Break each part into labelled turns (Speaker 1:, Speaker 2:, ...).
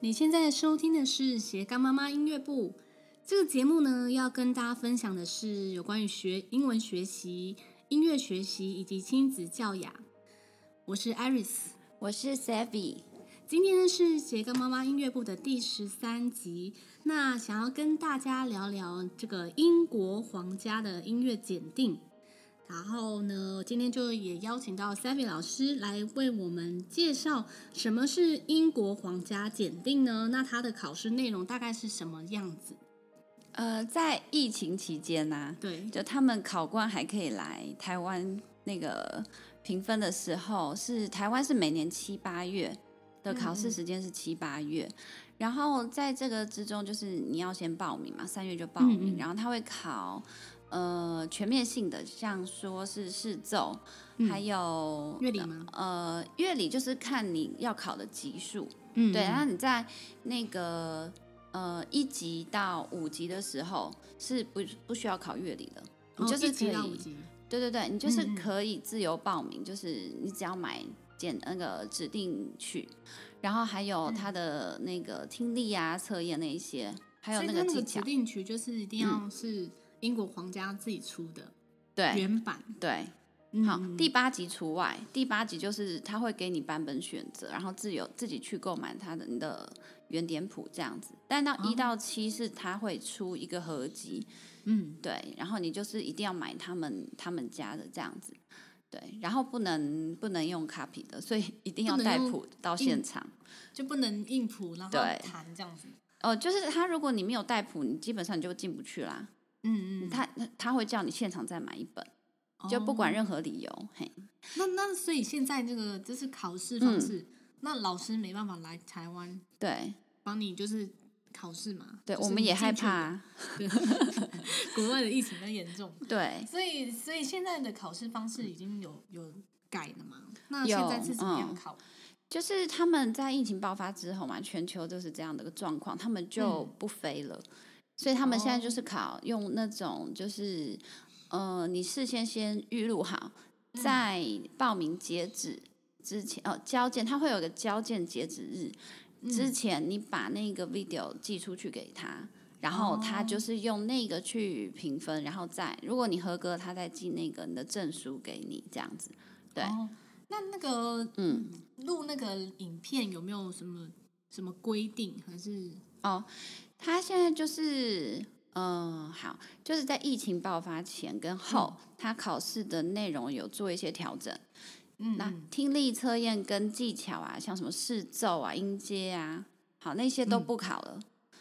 Speaker 1: 你现在收听的是斜杠妈妈音乐部。这个节目呢，要跟大家分享的是有关于学英文学习、音乐学习以及亲子教养。我是 Iris，
Speaker 2: 我是 Savvy。
Speaker 1: 今天是斜杠妈妈音乐部的第十三集，那想要跟大家聊聊这个英国皇家的音乐检定。然后呢，今天就也邀请到 Savvy 老师来为我们介绍什么是英国皇家检定呢？那它的考试内容大概是什么样子？
Speaker 2: 呃，在疫情期间呢、
Speaker 1: 对，
Speaker 2: 就他们考官还可以来台湾那个评分的时候，是台湾是每年七八月的考
Speaker 1: 嗯
Speaker 2: 试
Speaker 1: 嗯
Speaker 2: 时间是七八月，然后在这个之中就是你要先报名嘛，三月就报
Speaker 1: 嗯
Speaker 2: 名，
Speaker 1: 嗯
Speaker 2: 然后他会考呃全面性的，像说是试奏，
Speaker 1: 嗯
Speaker 2: 还有
Speaker 1: 乐理吗？
Speaker 2: 呃乐理就是看你要考的级数，
Speaker 1: 嗯
Speaker 2: 对，啊那你在那个呃一级到五级的时候是不不需要考乐理的，你
Speaker 1: 哦
Speaker 2: 就是
Speaker 1: 一
Speaker 2: 可
Speaker 1: 级
Speaker 2: 以，
Speaker 1: 到五级，
Speaker 2: 对对对，你就是
Speaker 1: 嗯嗯
Speaker 2: 可以自由报名，就是你只要买简那个指定曲，然后还有
Speaker 1: 嗯
Speaker 2: 它的那个听力啊测验那一些，还有
Speaker 1: 所以
Speaker 2: 那
Speaker 1: 它
Speaker 2: 个技
Speaker 1: 指
Speaker 2: 巧，
Speaker 1: 定曲就是一定要是英国皇家自己出的
Speaker 2: 对
Speaker 1: 原版。
Speaker 2: 对。
Speaker 1: 嗯
Speaker 2: 好，
Speaker 1: 嗯
Speaker 2: 第八集除外。第八集就是他会给你版本选择，然后自由自己去购买他的你的原点谱这样子。但到
Speaker 1: 哦
Speaker 2: 一到七是他会出一个合集，
Speaker 1: 嗯
Speaker 2: 对，然后你就是一定要买他们他们家的这样子，对，然后不能不能用 copy 的，所以 一定要
Speaker 1: 不能
Speaker 2: 带
Speaker 1: 用
Speaker 2: 谱到
Speaker 1: 硬
Speaker 2: 现场。
Speaker 1: 就不能硬谱，然后
Speaker 2: 对
Speaker 1: 弹这样子。
Speaker 2: 哦，就是他，如果你没有带谱，你基本上你就进不去啦。
Speaker 1: 嗯嗯，哦
Speaker 2: 他他会叫你现场再买一本，就不管任何理由。嘿，
Speaker 1: 那那所以现在这个就是考试方式，
Speaker 2: 嗯
Speaker 1: 那老师没办法来台湾
Speaker 2: 对
Speaker 1: 帮你就是考试嘛。
Speaker 2: 对，
Speaker 1: 就是
Speaker 2: 我们也
Speaker 1: 你
Speaker 2: 害
Speaker 1: 进去
Speaker 2: 怕啊。
Speaker 1: 对 国外的疫情更严重，
Speaker 2: 对，
Speaker 1: 所以所以现在的考试方式已经有有改了嘛？那现在是怎么样
Speaker 2: 嗯
Speaker 1: 考？
Speaker 2: 就是他们在疫情爆发之后嘛，全球就是这样的一个状况，他们就
Speaker 1: 嗯
Speaker 2: 不飞了，所以他们现在
Speaker 1: 哦
Speaker 2: 就是考用那种就是，呃，你事先先预录好，
Speaker 1: 嗯
Speaker 2: 在报名截止之前，哦，交件它会有个交件截止日，之
Speaker 1: 嗯
Speaker 2: 前你把那个 video 寄出去给他，然后他
Speaker 1: 哦
Speaker 2: 就是用那个去评分，然后再如果你合格，他再寄那个你的证书给你这样子。对，
Speaker 1: 哦，那那个
Speaker 2: 嗯，
Speaker 1: 录那个影片有没有什么什么规定？还是
Speaker 2: 哦，他现在就是，嗯、好，就是在疫情爆发前跟后，他考试的内容有做一些调整。
Speaker 1: 嗯
Speaker 2: 那
Speaker 1: 嗯
Speaker 2: 听力测验跟技巧啊，像什么试奏啊、音阶啊，好那些都
Speaker 1: 嗯
Speaker 2: 不考了，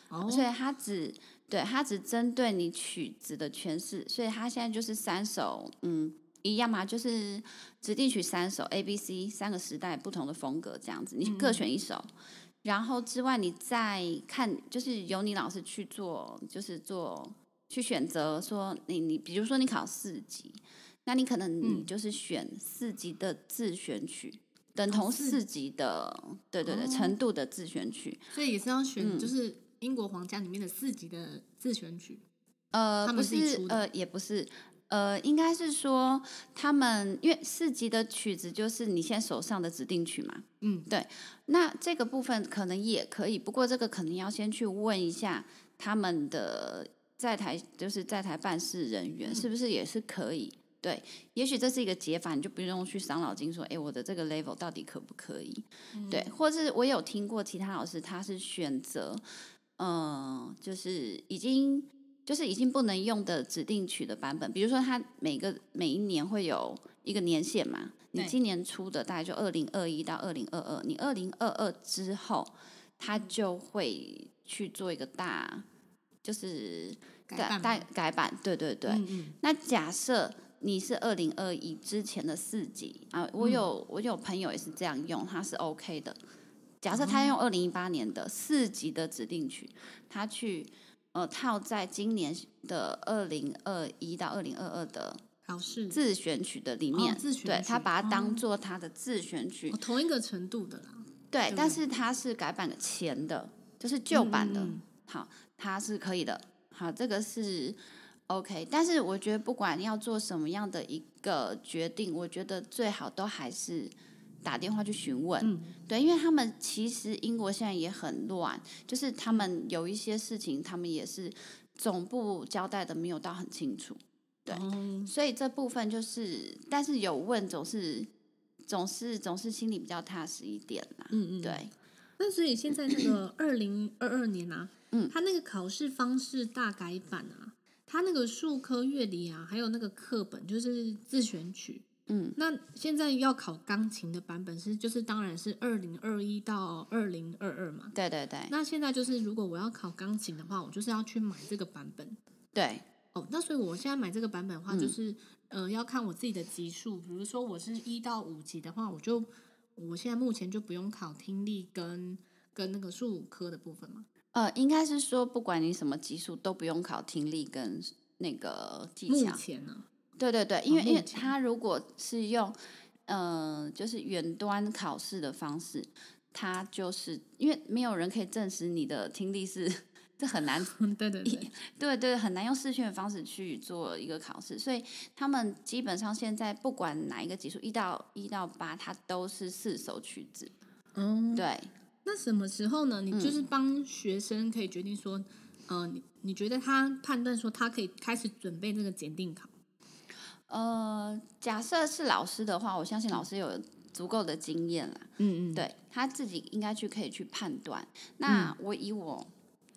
Speaker 1: 哦
Speaker 2: 所以他只对他只针对你曲子的诠释，所以他现在就是三首，嗯。一样嘛，就是指定曲三首 A、B、C 三个时代不同的风格这样子，你
Speaker 1: 嗯
Speaker 2: 各
Speaker 1: 嗯
Speaker 2: 选一首，然后之外，你再看，就是由你老师去做，就是做去选择说你你，比如说你考四级，那你可能你
Speaker 1: 嗯
Speaker 2: 就是选四级的自选曲，等同
Speaker 1: 哦四
Speaker 2: 四级的，对对对，
Speaker 1: 哦
Speaker 2: 程度的自选曲，
Speaker 1: 所以也是要选
Speaker 2: 嗯
Speaker 1: 就是英国皇家里面的四级的自选曲。
Speaker 2: 呃，
Speaker 1: 他
Speaker 2: 不
Speaker 1: 们自己
Speaker 2: 是
Speaker 1: 出，的
Speaker 2: 呃，也不是。呃，应该是说他们因为四级的曲子就是你现在手上的指定曲嘛，
Speaker 1: 嗯，
Speaker 2: 那这个部分可能也可以，不过这个可能要先去问一下他们的在台，就是在台办事人员、
Speaker 1: 嗯
Speaker 2: 是不是也是可以。对，也许这是一个解法，你就不用去伤脑筋说，哎，我的这个 level 到底可不可以？对，或是我有听过其他老师，他是选择，嗯、就是已经就是已经不能用的指定曲的版本，比如说他每个每一年会有一个年限嘛，你
Speaker 1: 对
Speaker 2: 今年出的大概就二零二一到二零二二，你二零二二之后，他
Speaker 1: 嗯
Speaker 2: 就会去做一个大，就是
Speaker 1: 改
Speaker 2: 大
Speaker 1: 版
Speaker 2: 大
Speaker 1: 嘛
Speaker 2: 改版，对对对，
Speaker 1: 嗯嗯
Speaker 2: 那假设你是二零二一之前的四级啊，
Speaker 1: 嗯
Speaker 2: 我有、我有朋友也是这样用，他是 OK 的。假设
Speaker 1: 哦
Speaker 2: 他用二零一八年的四级的指定曲，他去呃套在今年的二零二一到二零二二的
Speaker 1: 考试
Speaker 2: 自选曲的里面，
Speaker 1: 哦自选
Speaker 2: 对
Speaker 1: 曲
Speaker 2: 他把它
Speaker 1: 哦
Speaker 2: 当做他的自选曲，
Speaker 1: 哦同一个程度的啦，
Speaker 2: 对，
Speaker 1: 对
Speaker 2: 但是它是改版前的，就是旧版的，
Speaker 1: 嗯嗯嗯
Speaker 2: 好，它是可以的，好，这个是 OK。但是我觉得不管要做什么样的一个决定，我觉得最好都还是打电话去询问。
Speaker 1: 嗯
Speaker 2: 对，因为他们其实英国现在也很乱，就是他们有一些事情，他们也是总部交代的没有到很清楚，对
Speaker 1: 哦
Speaker 2: 所以这部分就是，但是有问总是总是总是心里比较踏实一点啦。
Speaker 1: 嗯嗯，。
Speaker 2: 对，
Speaker 1: 那所以现在那 个二零二二年啊，
Speaker 2: 嗯
Speaker 1: 他那个考试方式大改版啊，他那个数科乐理啊，还有那个课本就是自选曲。
Speaker 2: 嗯，
Speaker 1: 那现在要考钢琴的版本是，就是当然是二零二一到二零二二嘛。
Speaker 2: 对对对
Speaker 1: 那现在就是，如果我要考钢琴的话，我就是要去买这个版本。
Speaker 2: 对，
Speaker 1: 哦，那所以我现在买这个版本的话，就
Speaker 2: 嗯
Speaker 1: 是、呃要看我自己的级数，比如说我是一到五级的话，我就我现在目前就不用考听力跟跟那个数科的部分嘛。
Speaker 2: 呃，应该是说不管你什么级数都不用考听力跟那个技
Speaker 1: 目
Speaker 2: 巧。
Speaker 1: 前呢、
Speaker 2: 对对对，因为、
Speaker 1: 哦
Speaker 2: 因
Speaker 1: 目
Speaker 2: 为
Speaker 1: 前
Speaker 2: 他如果是用嗯、呃就是远端考试的方式，他就是因为没有人可以证实你的听力是， 这很难
Speaker 1: 嗯，对对对，
Speaker 2: 对对，很难用试卷的方式去做一个考试，所以他们基本上现在不管哪一个级数，一到一到八，它都是四首曲子。
Speaker 1: 嗯，
Speaker 2: 对，
Speaker 1: 那什么时候呢？你就是帮学生可以决定说，呃，你你觉得他判断说他可以开始准备这个检定考，
Speaker 2: 呃，假设是老师的话，我相信老师有足够的经验啦，
Speaker 1: 嗯嗯，，
Speaker 2: 对他自己应该去可以去判断。那我以我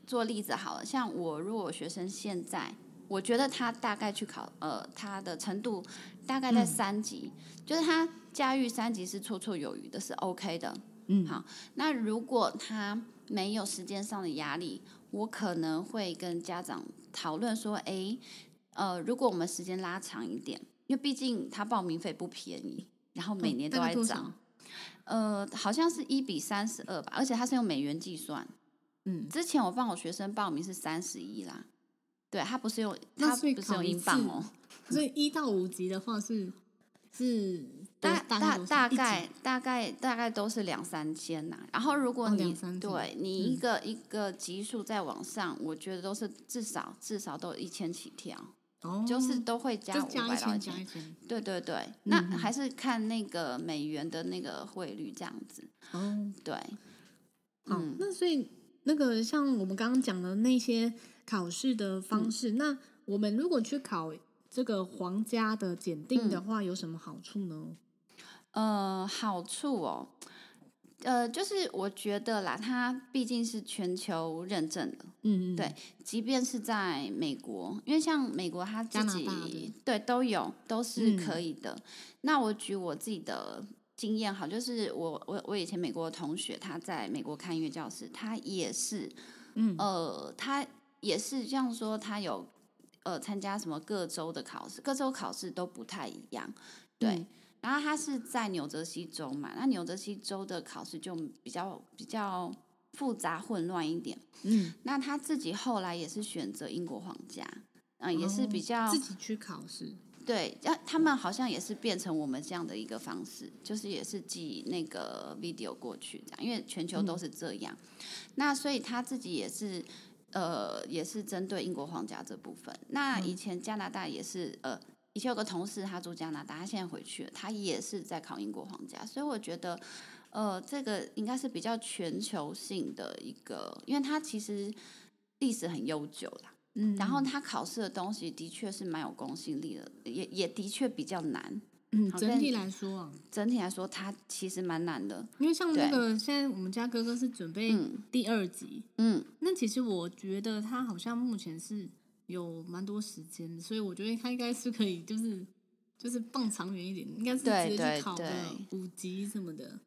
Speaker 2: 做例子好了，像我如果我学生现在，我觉得他大概去考，呃，他的程度大概在
Speaker 1: 嗯
Speaker 2: 三级，就是他驾驭三级是绰绰有余的，是 OK 的。
Speaker 1: 嗯
Speaker 2: 好那如果他没有时间上的压力，我可能会跟家长讨论说，诶，呃，如果我们时间拉长一点，因为毕竟他报名费不便宜，然后每年都
Speaker 1: 大概
Speaker 2: 在
Speaker 1: 哦多
Speaker 2: 涨
Speaker 1: 少，
Speaker 2: 呃，好像是一比三十二吧，而且它是用美元计算。
Speaker 1: 嗯，
Speaker 2: 之前我帮我学生报名是三十一啦，对他不是用
Speaker 1: 那
Speaker 2: 他
Speaker 1: 所以
Speaker 2: 不是
Speaker 1: 考
Speaker 2: 用
Speaker 1: 一
Speaker 2: 英镑
Speaker 1: 次
Speaker 2: 哦，
Speaker 1: 所以一到五级的话是是多
Speaker 2: 大大
Speaker 1: 概多少
Speaker 2: 大
Speaker 1: 一级
Speaker 2: 概大概大概都是两三千呐、然后如果
Speaker 1: 哦
Speaker 2: 你、
Speaker 1: 两三千
Speaker 2: 对你一
Speaker 1: 嗯
Speaker 2: 个、一个级数再往上，我觉得都是至少至少都有一千起跳，
Speaker 1: 哦，
Speaker 2: 就是都会加
Speaker 1: 就
Speaker 2: 五
Speaker 1: 加
Speaker 2: 百
Speaker 1: 一
Speaker 2: 到
Speaker 1: 千
Speaker 2: 一
Speaker 1: 加一
Speaker 2: 千。
Speaker 1: 千
Speaker 2: 对对对，那
Speaker 1: 嗯哼
Speaker 2: 还是看那个美元的那个汇率这样子。
Speaker 1: 哦，
Speaker 2: 对，
Speaker 1: 好
Speaker 2: 嗯，
Speaker 1: 那所以那个像我们刚刚讲的那些考试的方式，
Speaker 2: 嗯
Speaker 1: 那我们如果去考这个皇家的检定
Speaker 2: 嗯
Speaker 1: 的话，有什么好处呢？
Speaker 2: 呃，好处哦，呃，就是我觉得啦，它毕竟是全球认证的，
Speaker 1: 嗯嗯，
Speaker 2: 对即便是在美国，因为像美国它自
Speaker 1: 加拿大嗯
Speaker 2: 己对都有都是可以的。那我举我自己的经验好，就是我我我以前美国的同学，他在美国看音乐教室，他也是
Speaker 1: 嗯
Speaker 2: 呃，他也是像说他有呃参加什么各州的考试，各州考试都不太一样，对。
Speaker 1: 嗯
Speaker 2: 然后他是在纽泽西州嘛，那纽泽西州的考试就比较比较复杂混乱一点。
Speaker 1: 嗯，
Speaker 2: 那他自己后来也是选择英国皇家，嗯、也是比
Speaker 1: 哦
Speaker 2: 较、
Speaker 1: 自己去考试，
Speaker 2: 对，要他们好像也是变成我们这样的一个方式，就是也是寄那个 video 过去这样，因为全球都是这样。那所以他自己也是。呃，也是针对英国皇家这部分。那以前加拿大也是，呃，以前有个同事他住加拿大，他现在回去了，他也是在考英国皇家，所以我觉得，呃，这个应该是比较全球性的一个，因为它其实历史很悠久啦。
Speaker 1: 嗯，
Speaker 2: 然后他考试的东西的确是蛮有公信力的，也也的确比较难。
Speaker 1: 嗯，
Speaker 2: 好
Speaker 1: 整
Speaker 2: 但
Speaker 1: 体来说啊，
Speaker 2: 整体来说，它其实蛮难的。
Speaker 1: 因为像那
Speaker 2: 对
Speaker 1: 个现在我们家哥哥是准备
Speaker 2: 嗯
Speaker 1: 第二集，
Speaker 2: 嗯，
Speaker 1: 那其实我觉得他好像目前是有蛮多时间的，所以我觉得他应该是可以，就是就是放长远一点，应该是
Speaker 2: 对
Speaker 1: 直接
Speaker 2: 对
Speaker 1: 去考个
Speaker 2: 对
Speaker 1: 五级什么的。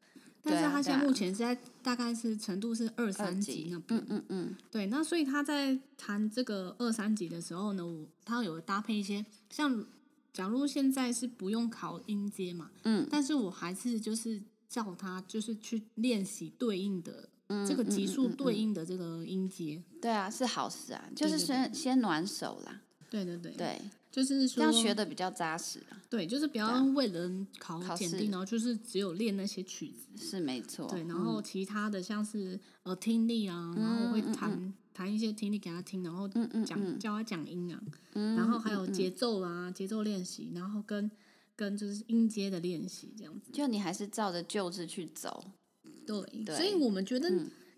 Speaker 2: 对
Speaker 1: 但是
Speaker 2: 啊
Speaker 1: 他
Speaker 2: 对
Speaker 1: 现在目
Speaker 2: 啊
Speaker 1: 前是在大概是程度是二
Speaker 2: 二
Speaker 1: 三级那边，
Speaker 2: 嗯嗯嗯，
Speaker 1: 对，那所以他在谈这个二三级的时候呢，我他有搭配一些像，假如现在是不用考音阶嘛，
Speaker 2: 嗯，
Speaker 1: 但是我还是就是叫他就是去练习对应的、
Speaker 2: 嗯
Speaker 1: 这个级数
Speaker 2: 嗯嗯嗯
Speaker 1: 对应的这个音阶，
Speaker 2: 对啊，是好事啊，就
Speaker 1: 对对
Speaker 2: 是先先暖手啦，
Speaker 1: 对对对，
Speaker 2: 对，
Speaker 1: 就是
Speaker 2: 这
Speaker 1: 说
Speaker 2: 样学的比较扎实啊，
Speaker 1: 对，就是不
Speaker 2: 对
Speaker 1: 要
Speaker 2: 啊
Speaker 1: 为了考
Speaker 2: 考
Speaker 1: 检
Speaker 2: 试
Speaker 1: 定，然后就是只有练那些曲子，
Speaker 2: 是没错。
Speaker 1: 对，然后
Speaker 2: 嗯
Speaker 1: 其他的像是呃听力啊，然后我会
Speaker 2: 嗯嗯嗯
Speaker 1: 弹弹一些听力给他听，然后
Speaker 2: 嗯嗯
Speaker 1: 讲
Speaker 2: 嗯
Speaker 1: 教他讲音啊，
Speaker 2: 嗯，
Speaker 1: 然后还有
Speaker 2: 嗯嗯
Speaker 1: 节奏啊，节奏练习，然后跟跟就是音阶的练习这样子。
Speaker 2: 就你还是照着旧制去走，
Speaker 1: 对，
Speaker 2: 对嗯
Speaker 1: 所以我们觉得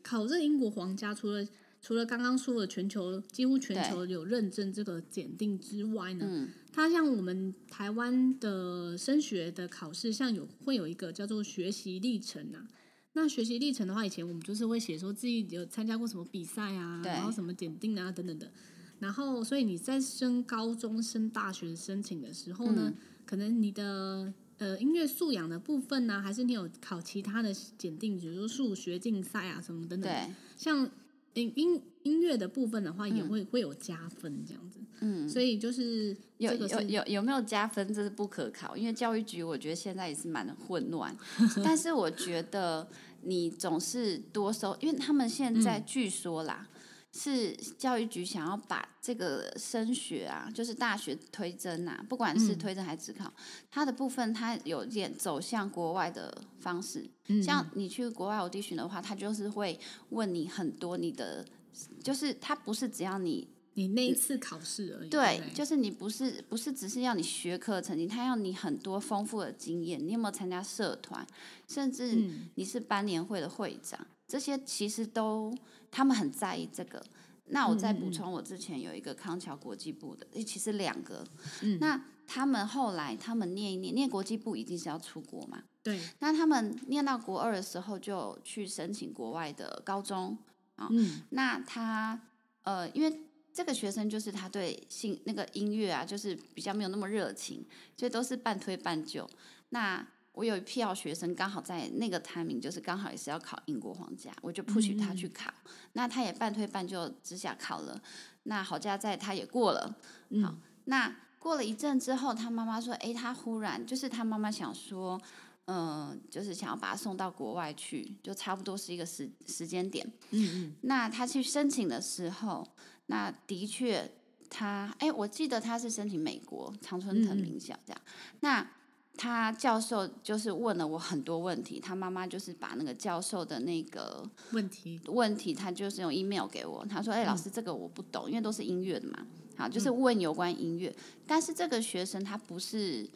Speaker 1: 考证英国皇家，除了除了刚刚说的全球几乎全球有认证这个检定之外呢，
Speaker 2: 嗯，
Speaker 1: 它像我们台湾的升学的考试，像有会有一个叫做学习历程啊。那学习历程的话，以前我们就是会写说自己有参加过什么比赛啊，
Speaker 2: 对
Speaker 1: 然后什么检定啊等等的。然后，所以你在升高中、升大学申请的时候
Speaker 2: 嗯
Speaker 1: 呢，可能你的呃音乐素养的部分呢、还是你有考其他的检定，比如说数学竞赛啊什么等等的。
Speaker 2: 对，
Speaker 1: 像音音音乐的部分的话，也会、会有加分这样子。
Speaker 2: 嗯，
Speaker 1: 所以就是
Speaker 2: 有
Speaker 1: 这个
Speaker 2: 有
Speaker 1: 是
Speaker 2: 有有没有加分，这是不可考，因为教育局我觉得现在也是蛮 混乱，但是我觉得你总是多收，因为他们现
Speaker 1: 嗯
Speaker 2: 在据说啦。是教育局想要把这个升学啊，就是大学推甄啊，不管是
Speaker 1: 嗯
Speaker 2: 推甄还是自考，它的部分它有点走向国外的方式，
Speaker 1: 嗯
Speaker 2: 像你去国外 audition 的话，他就是会问你很多你的，就是他不是只要你
Speaker 1: 你那一次考试而已。对
Speaker 2: 对
Speaker 1: 不对，
Speaker 2: 就是你不是不是只是要你学科的成绩，他要你很多丰富的经验，你有没有参加社团，甚至
Speaker 1: 嗯
Speaker 2: 你是班年会的会长，这些其实都他们很在意这个。那我再
Speaker 1: 嗯嗯
Speaker 2: 补
Speaker 1: 嗯
Speaker 2: 充，我之前有一个康桥国际部的，诶其实两个，
Speaker 1: 嗯
Speaker 2: 那他们后来他们念一念，念国际部一定是要出国嘛，
Speaker 1: 对，
Speaker 2: 那他们念到国二的时候，就去申请国外的高中。
Speaker 1: 嗯
Speaker 2: 那他呃，因为这个学生就是他对性那个音乐啊，就是比较没有那么热情，所以都是半推半就。那我有一票学生刚好在那个 timing，就是刚好也是要考英国皇家，我就 push 他去考。那他也半推半就之下考了，那好家在他也过了。
Speaker 1: 嗯
Speaker 2: 好那过了一阵之后，他妈妈说：“诶，他忽然就是他妈妈想说，嗯、就是想要把他送到国外去，就差不多是一个时时间点。
Speaker 1: 嗯
Speaker 2: 那他去申请的时候，那的确他，诶，我记得他是申请美国常春藤
Speaker 1: 嗯嗯
Speaker 2: 名校这样。那他教授就是问了我很多问题，他妈妈就是把那个教授的那个
Speaker 1: 嗯，问题
Speaker 2: 问题，他就是用 email 给我，他
Speaker 1: 嗯
Speaker 2: 说：“哎、老师，这个我不懂，因为都是音乐的嘛。”好，就是问有关音乐，但是这个学生他不是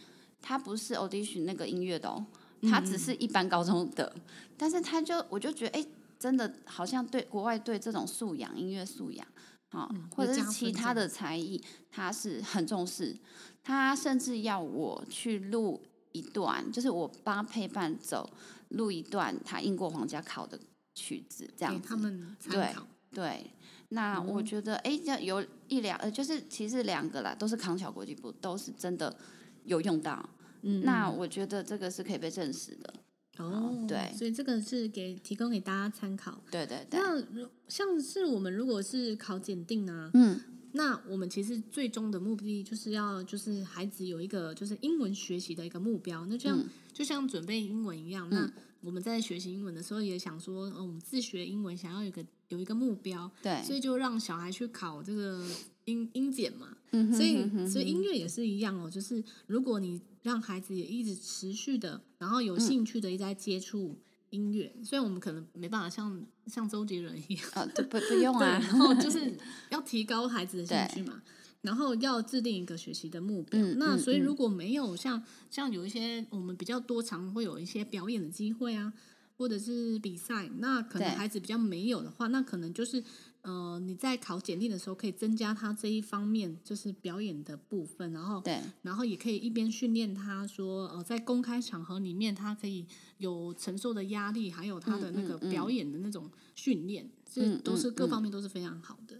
Speaker 2: 他不是 audition 那个音乐的哦，
Speaker 1: 嗯
Speaker 2: 他只是一般高中的，但是他就我就觉得，哎、真的好像对国外对这种素养、音乐素养，好、或者
Speaker 1: 嗯有
Speaker 2: 是
Speaker 1: 加
Speaker 2: 其
Speaker 1: 分这
Speaker 2: 他
Speaker 1: 样
Speaker 2: 的才艺，他是很重视，他甚至要我去录一段，就是我帮他配伴走录一段他英国皇家考的曲子， 这样
Speaker 1: 给
Speaker 2: 子
Speaker 1: 他们嗯参考。
Speaker 2: 对，那我觉得，哎、这有一两，呃，就是其实两个啦，都是康桥国际部，都是真的有用到。
Speaker 1: 嗯，
Speaker 2: 那我觉得这个是可以被证实的。
Speaker 1: 哦，
Speaker 2: 对
Speaker 1: 所以这个是给提供给大家参考。
Speaker 2: 对对对，
Speaker 1: 那如像是我们如果是考检定啊，
Speaker 2: 嗯，
Speaker 1: 那我们其实最终的目的就是要，就是孩子有一个就是英文学习的一个目标。那就像、
Speaker 2: 嗯
Speaker 1: 就像准备英文一样，那我们在学习英文的时候也想说，嗯，我们自学英文想要有一个有一个目标，
Speaker 2: 对，
Speaker 1: 所以就让小孩去考这个英英检嘛。
Speaker 2: 嗯哼
Speaker 1: 所以
Speaker 2: 哼哼
Speaker 1: 所以
Speaker 2: 哼
Speaker 1: 音乐也是一样哦，就是如果你让孩子也一直持续的，然后
Speaker 2: 嗯
Speaker 1: 有兴趣的一直在接触音乐，虽然我们可能没办法像像周杰伦一样。
Speaker 2: 哦，对不不用
Speaker 1: 对，
Speaker 2: 啊，
Speaker 1: 然后就是要提高孩子的兴趣嘛，然后要制定一个学习的目标。
Speaker 2: 嗯
Speaker 1: 那
Speaker 2: 嗯
Speaker 1: 所以
Speaker 2: 嗯
Speaker 1: 如果没有像像有一些我们比较多常会有一些表演的机会啊，或者是比赛，那可能
Speaker 2: 对
Speaker 1: 孩子比较没有的话，那可能就是呃你在考检定的时候可以增加他这一方面就是表演的部分，然后
Speaker 2: 对
Speaker 1: 然后也可以一边训练他说，呃，在公开场合里面，他可以有承受的压力，还有他的那个
Speaker 2: 嗯嗯嗯
Speaker 1: 表演的那种训练，这、
Speaker 2: 嗯
Speaker 1: 都是
Speaker 2: 嗯
Speaker 1: 各
Speaker 2: 嗯
Speaker 1: 方面都是非常好的。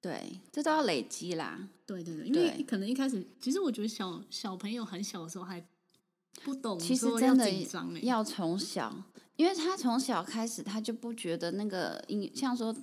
Speaker 2: 对，这都要累积啦。
Speaker 1: 对对对，因为
Speaker 2: 对
Speaker 1: 可能一开始，其实我觉得小小朋友很小的时候还不懂，
Speaker 2: 其实
Speaker 1: 要
Speaker 2: 真的
Speaker 1: 紧张哎、
Speaker 2: 要从小，因为他从小开始，他就不觉得那个音，像说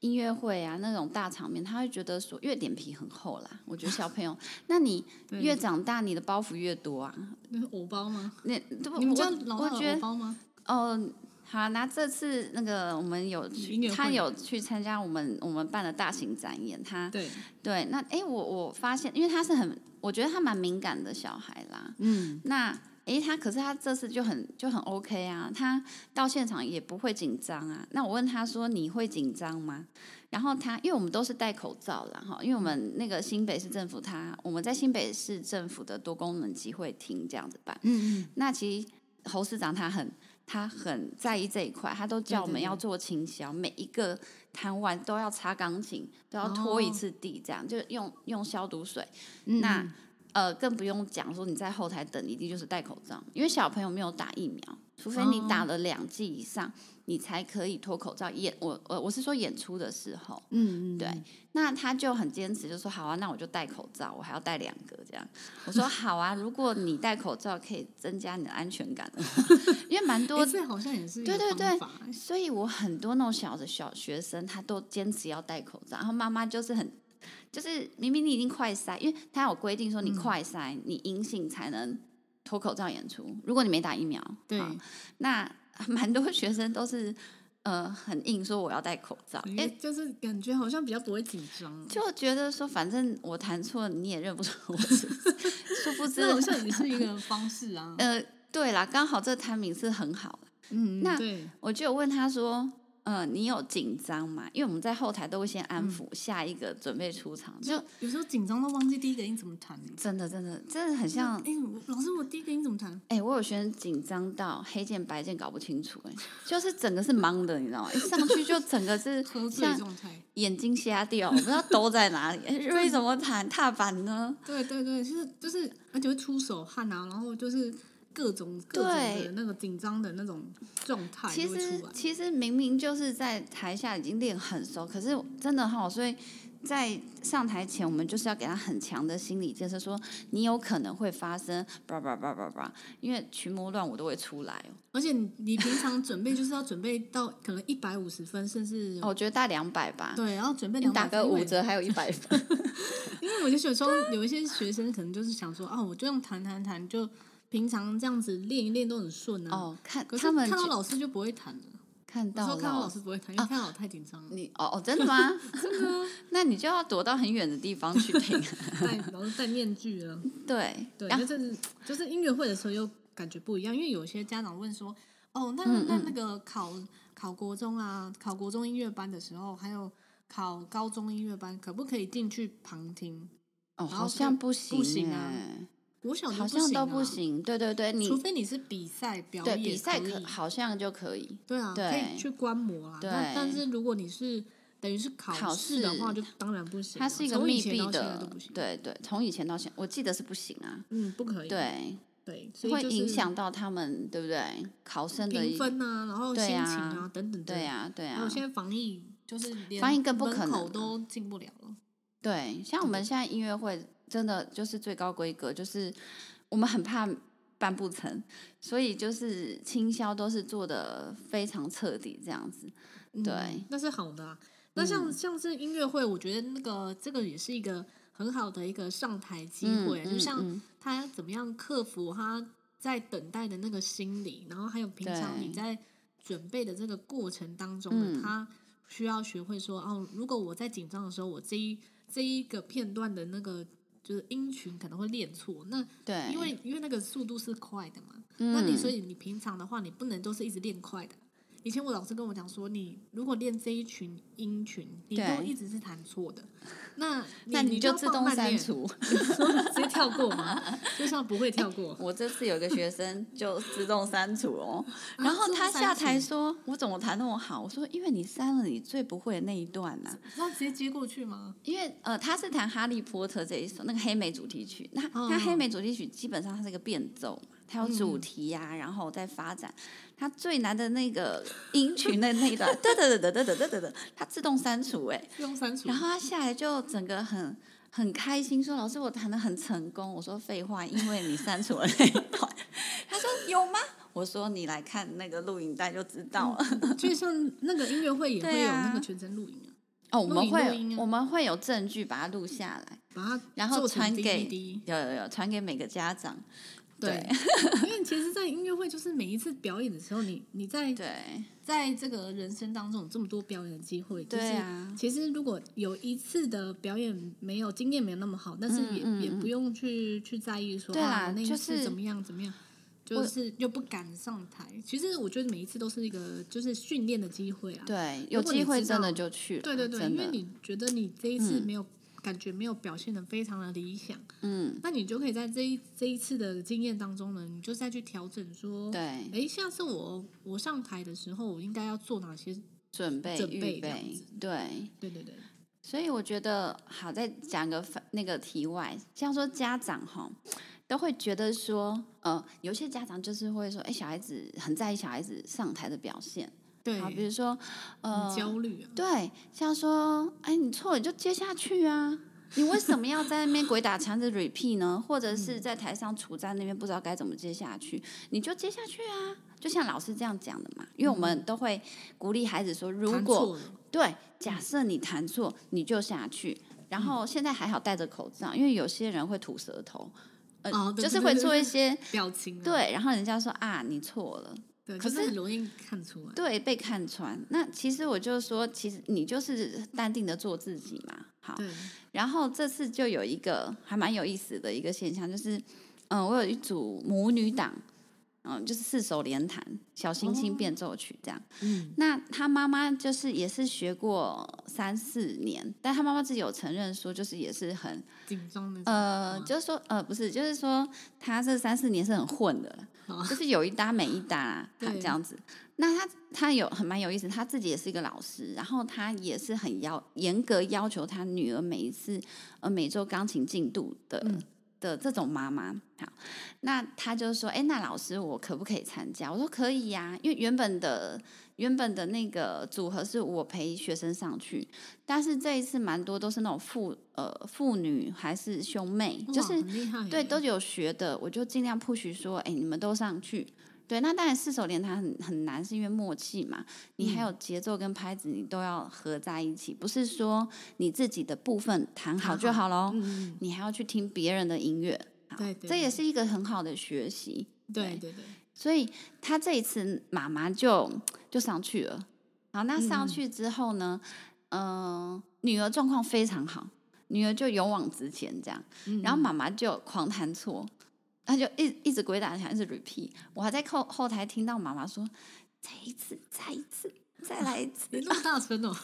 Speaker 2: 音乐会啊那种大场面，他会觉得说，因为脸皮很厚啦。我觉得小朋友，那你
Speaker 1: 对
Speaker 2: 越长大，你的包袱越多啊。
Speaker 1: 那是偶包吗？
Speaker 2: 那对不？
Speaker 1: 你们
Speaker 2: 我
Speaker 1: 这样老
Speaker 2: 我
Speaker 1: 大
Speaker 2: 觉
Speaker 1: 有偶
Speaker 2: 得，
Speaker 1: 包吗？
Speaker 2: 哦，好，那这次那个我们有
Speaker 1: 音乐
Speaker 2: 去，
Speaker 1: 会
Speaker 2: 他有去参加我们我们办的大型展演，他
Speaker 1: 对，
Speaker 2: 对，那哎，我我发现，因为他是很，我觉得他蛮敏感的小孩啦，
Speaker 1: 嗯，
Speaker 2: 那诶，他可是他这次就很就很 OK 啊，他到现场也不会紧张啊。那我问他说你会紧张吗？然后他因为我们都是戴口罩啦，哈，因为我们那个新北市政府他我们在新北市政府的多功能集会厅这样子办，
Speaker 1: 嗯
Speaker 2: 那其实侯市长他很他很在意这一块，他都叫我
Speaker 1: 对
Speaker 2: 们
Speaker 1: 对
Speaker 2: 要做清销，每一个摊位都要擦钢琴，都要拖一
Speaker 1: 哦
Speaker 2: 次地，这样、就用用消毒水。
Speaker 1: 嗯，
Speaker 2: 那呃，更不用讲说你在后台等，一定就是戴口罩，因为小朋友没有打疫苗，除非你打
Speaker 1: 哦
Speaker 2: 了两剂以上，你才可以脱口罩演。我我我是说演出的时候，
Speaker 1: 嗯嗯，
Speaker 2: 对那他就很坚持，就说好啊，那我就戴口罩，我还要戴两个这样。我说好啊，如果你戴口罩可以增加你的安全感的话， 因为蛮
Speaker 1: 多
Speaker 2: 多，
Speaker 1: 这好像也是一
Speaker 2: 对
Speaker 1: 个
Speaker 2: 对
Speaker 1: 方
Speaker 2: 对
Speaker 1: 法欸
Speaker 2: 所以我很多那种小的小学生，他都坚持要戴口罩，然后妈妈就是很。就是明明你已经快筛，因为他有规定说你快筛、你阴性才能脱口罩演出。如果你没打疫苗，
Speaker 1: 对
Speaker 2: 好那 蛮多学生都是呃很硬说我要戴口罩，因为
Speaker 1: 哎，就是感觉好像比较不会紧张，
Speaker 2: 就觉得说，反正我弹错你也认不出 我是谁，殊 不知。
Speaker 1: 这好像也是一个方式啊
Speaker 2: 呃，对啦，刚好这弹名是很好的，
Speaker 1: 嗯，
Speaker 2: 那
Speaker 1: 对，
Speaker 2: 我就有问他说，呃，你有紧张吗？因为我们在后台都会先安抚下一个准备出场，就
Speaker 1: 有时候紧张到忘记第一个音怎么弹欸。
Speaker 2: 真的真的真的很像，
Speaker 1: 哎，我老师，我第一个音怎么弹？
Speaker 2: 哎、我有学生紧张到黑键白键搞不清楚、哎，就是整个是懵的，你知道吗？一上去就整个是
Speaker 1: 喝醉
Speaker 2: 像
Speaker 1: 状态。
Speaker 2: 眼睛瞎掉，我不知道兜在哪里，哎为什么弹踏板呢？
Speaker 1: 对对对，是就是，而且会出手汗啊，然后就是各种各种
Speaker 2: 对
Speaker 1: 的那个紧张的那种状态
Speaker 2: 其
Speaker 1: 就会
Speaker 2: 实
Speaker 1: 出来。
Speaker 2: 其实明明就是在台下已经练很熟，可是真的哈，所以在上台前，我们就是要给他很强的心理建设，说你有可能会发生叭叭叭叭叭，因为群魔乱舞都会出来哦。
Speaker 1: 而且你你平常准备就是要准备到可能一百五十分，甚至
Speaker 2: 哦我觉得大两百吧，
Speaker 1: 对，然后准备
Speaker 2: 你
Speaker 1: 两
Speaker 2: 打个五折还有一 百分。
Speaker 1: 因为我就有时候有一些学生可能就是想说，哦，我就用弹弹弹，就平常这样子练一练都很顺啊。
Speaker 2: 哦，看
Speaker 1: 可是
Speaker 2: 他们
Speaker 1: 看到
Speaker 2: 就
Speaker 1: 老师就不会弹了，
Speaker 2: 看
Speaker 1: 有时
Speaker 2: 到
Speaker 1: 候看到
Speaker 2: 老啊
Speaker 1: 老师不会弹，因为看到老师太紧张了，啊
Speaker 2: 你哦哦，真的吗？ 那你就要躲到很远的地方 去听。啊
Speaker 1: 戴老师戴面具了。
Speaker 2: 对，啊
Speaker 1: 对，
Speaker 2: 然
Speaker 1: 那
Speaker 2: 后
Speaker 1: 这是就是音乐会的时候又感觉不一样，因为有些家长问说，哦，那
Speaker 2: 嗯
Speaker 1: 那那个考考国中啊，考国中音乐班的时候，还有考高中音乐班，可不可以进去旁听？
Speaker 2: 哦，
Speaker 1: 然
Speaker 2: 好
Speaker 1: 后
Speaker 2: 像
Speaker 1: 看
Speaker 2: 不行、欸，
Speaker 1: 行啊国小就
Speaker 2: 好
Speaker 1: 不
Speaker 2: 像
Speaker 1: 行、啊，
Speaker 2: 都不，行。对对对，你
Speaker 1: 除非你是比赛表
Speaker 2: 对
Speaker 1: 演，
Speaker 2: 比赛
Speaker 1: 可
Speaker 2: 可
Speaker 1: 以
Speaker 2: 好像就可以。
Speaker 1: 对啊，可
Speaker 2: 对
Speaker 1: 以去观摩啦。
Speaker 2: 对
Speaker 1: 但但是如果你是等于是考
Speaker 2: 考
Speaker 1: 试的话，
Speaker 2: 试
Speaker 1: 就当然不行啊。
Speaker 2: 它是一个
Speaker 1: 从以
Speaker 2: 密
Speaker 1: 前
Speaker 2: 闭
Speaker 1: 到现在都
Speaker 2: 的
Speaker 1: 不行，，
Speaker 2: 对对，从以前到现，我记得是不行啊，
Speaker 1: 嗯，不可以，
Speaker 2: 对，
Speaker 1: 对，所以
Speaker 2: 会
Speaker 1: 就是
Speaker 2: 影响到他们，对不对？考生的一
Speaker 1: 评，分啊，然后心
Speaker 2: 对
Speaker 1: 情
Speaker 2: 啊
Speaker 1: 啊等等的
Speaker 2: 对呀、对啊呀、
Speaker 1: 还有现在防疫就是连
Speaker 2: 防疫更不可
Speaker 1: 门
Speaker 2: 能
Speaker 1: 口
Speaker 2: 了
Speaker 1: 都进不了了。
Speaker 2: 对，像我们现在音乐会真的就是最高规格，就是我们很怕办不成，所以就是清销都是做的非常彻底这样子，对嗯
Speaker 1: 嗯那是好的、啊。那像、像是音乐会，我觉得那个这个也是一个很好的一个上台机
Speaker 2: 嗯
Speaker 1: 会啊，就
Speaker 2: 嗯
Speaker 1: 像
Speaker 2: 嗯
Speaker 1: 他怎么样克服他在等待的那个心理，然后还有平常
Speaker 2: 对
Speaker 1: 你在准备的这个过程当中呢，
Speaker 2: 嗯
Speaker 1: 他需要学会说哦，如果我在紧张的时候，我这一这一个片段的那个就是音群可能会练错，那
Speaker 2: 对，
Speaker 1: 因为因为那个速度是快的嘛，
Speaker 2: 嗯
Speaker 1: 那你所以你平常的话，你不能都是一直练快的。以前我老师跟我讲说，你如果练这一群音群，你
Speaker 2: 对
Speaker 1: 都一直是弹错的，那
Speaker 2: 那
Speaker 1: 你
Speaker 2: 就
Speaker 1: 要
Speaker 2: 自
Speaker 1: 放
Speaker 2: 动
Speaker 1: 慢
Speaker 2: 删
Speaker 1: 练，
Speaker 2: 除。
Speaker 1: 直接跳过嘛，就像不会跳过。
Speaker 2: 我这次有个学生就自动删除哦， 然后
Speaker 1: 自动
Speaker 2: 他
Speaker 1: 删
Speaker 2: 下台
Speaker 1: 除
Speaker 2: 说：“我怎么弹那么好？”我说：“因为你删了你最不会的那一段呐、
Speaker 1: 那直接接过去吗？
Speaker 2: 因为呃，他是弹《哈利波特》这一首那个黑莓主题曲，那
Speaker 1: 哦
Speaker 2: 他黑莓主题曲基本上它是一个变奏嘛，它有主题呀、然后再发展。他最难的那个 音群的那一段，哒哒哒哒哒哒哒哒，它自动删除哎、
Speaker 1: 自动删除
Speaker 2: 然。后他下来就整个很很开心，说：“老师，我弹的很成功。”我说：“废话，因为你删除了那一段。” 他说：“有吗？”我说：“你来看那个录影带就知道了。
Speaker 1: 就像那个音乐会也会
Speaker 2: 对
Speaker 1: 有
Speaker 2: 啊
Speaker 1: 那个全程录影啊，
Speaker 2: 哦，我们
Speaker 1: 录影录
Speaker 2: 会
Speaker 1: 音啊
Speaker 2: 我们会有证据把它录下来，
Speaker 1: 把它
Speaker 2: 然后
Speaker 1: 做成
Speaker 2: 传给
Speaker 1: DVD
Speaker 2: 有有有传给每个家长。
Speaker 1: 对， 因为其实，在音乐会就是每一次表演的时候，你你在
Speaker 2: 对
Speaker 1: 在这个人生当中有这么多表演的机会，就是
Speaker 2: 对啊
Speaker 1: 其实如果有一次的表演没有经验没有那么好，但是也、
Speaker 2: 嗯嗯
Speaker 1: 也不用去去在意说
Speaker 2: 对啦
Speaker 1: 啊那一
Speaker 2: 就
Speaker 1: 次
Speaker 2: 是
Speaker 1: 怎么样怎么样，就是又不敢上台。其实我觉得每一次都是一个就是训练的机会啊。
Speaker 2: 对，
Speaker 1: 如
Speaker 2: 有
Speaker 1: 果你
Speaker 2: 机会
Speaker 1: 知
Speaker 2: 真的
Speaker 1: 道
Speaker 2: 就去了，
Speaker 1: 对对对，
Speaker 2: 真
Speaker 1: 因为
Speaker 2: 的，
Speaker 1: 你觉得你这一次没有、感觉没有表现的非常的理想，
Speaker 2: 嗯，
Speaker 1: 那你就可以在这一这一次的经验当中呢，你就再去调整说，
Speaker 2: 对，
Speaker 1: 哎，下次我我上台的时候，我应该要做哪些？
Speaker 2: 准备
Speaker 1: 准备
Speaker 2: 预
Speaker 1: 这样
Speaker 2: 备
Speaker 1: 子，
Speaker 2: 对。
Speaker 1: 对对对，
Speaker 2: 所以我觉得，好，再讲个反那个题外，像说家长哈，都会觉得说，呃，有些家长就是会说，哎，小孩子很在意小孩子上台的表现，
Speaker 1: 对，
Speaker 2: 好，比如说，呃
Speaker 1: 很，焦虑啊，
Speaker 2: 对，像说，哎，你错了你就接下去啊， 你为什么要在那边鬼打墙的 repeat 呢？或者是在台上处在那边不知道该怎么接下去，你就接下去啊，就像老师这样讲的嘛，因为我们都会鼓励孩子说，如
Speaker 1: 弹
Speaker 2: 果
Speaker 1: 错了
Speaker 2: 对，假设你弹错，你就下去。然后现在还好戴着口罩，因为有些人会吐舌头，呃，
Speaker 1: 哦对
Speaker 2: 就是
Speaker 1: 对
Speaker 2: 会
Speaker 1: 对
Speaker 2: 做
Speaker 1: 对
Speaker 2: 一些
Speaker 1: 表情、啊，
Speaker 2: 对，然后人家说啊，你错了，
Speaker 1: 对，
Speaker 2: 可
Speaker 1: 可
Speaker 2: 是
Speaker 1: 是很容易看出来，
Speaker 2: 对，被看穿。那其实我就说，其实你就是淡定的做自己嘛，好。
Speaker 1: 对，
Speaker 2: 然后这次就有一个还蛮有意思的一个现象，就是，嗯、我有一组母女档，嗯、就是四手联弹《小星星
Speaker 1: 哦
Speaker 2: 变奏曲》这样。
Speaker 1: 嗯，
Speaker 2: 那他妈妈就是也是学过三四年，但他妈妈自己有承认说，就是也是很
Speaker 1: 紧张那种，
Speaker 2: 呃，
Speaker 1: 嗯
Speaker 2: 就是说呃，不是，就是说他这三四年是很混的，
Speaker 1: 哦
Speaker 2: 就是有一搭没一搭啦，他
Speaker 1: 对
Speaker 2: 这样子。那他他有很蛮有意思，他自己也是一个老师，然后他也是很要严格要求他女儿每一次呃每周钢琴进度的、
Speaker 1: 嗯
Speaker 2: 的这种妈妈。好，那他就说，哎，那老师我可不可以参加？我说可以呀、因为原本的原本的那个组合是我陪学生上去，但是这一次蛮多都是那种父呃父女还是兄妹，就
Speaker 1: 哇
Speaker 2: 是
Speaker 1: 很厉害耶，嗯
Speaker 2: 对，都有学的，我就尽量 push 说，哎，你们都上去。对，那当然四手联弹很很难，是因为默契嘛。你还有
Speaker 1: 嗯
Speaker 2: 节奏跟拍子，你都要合在一起，不是说你自己的部分弹好
Speaker 1: 弹
Speaker 2: 就
Speaker 1: 好
Speaker 2: 好喽，
Speaker 1: 嗯，嗯嗯
Speaker 2: 你还要去听别人的音乐。好
Speaker 1: 对对
Speaker 2: 这也
Speaker 1: 对
Speaker 2: 是一个很好的学习。
Speaker 1: 对对对，
Speaker 2: 所以他这一次妈妈就就上去了。好，那上去之后呢，嗯、女儿状况非常好，女儿就勇往直前这样。
Speaker 1: 嗯
Speaker 2: 然后妈妈就狂弹错，她就一一直鬼打墙，一直 repeat。我还在后后台听到妈妈说：“再一次，再一次，再来一 次。
Speaker 1: 你那么大声 哦，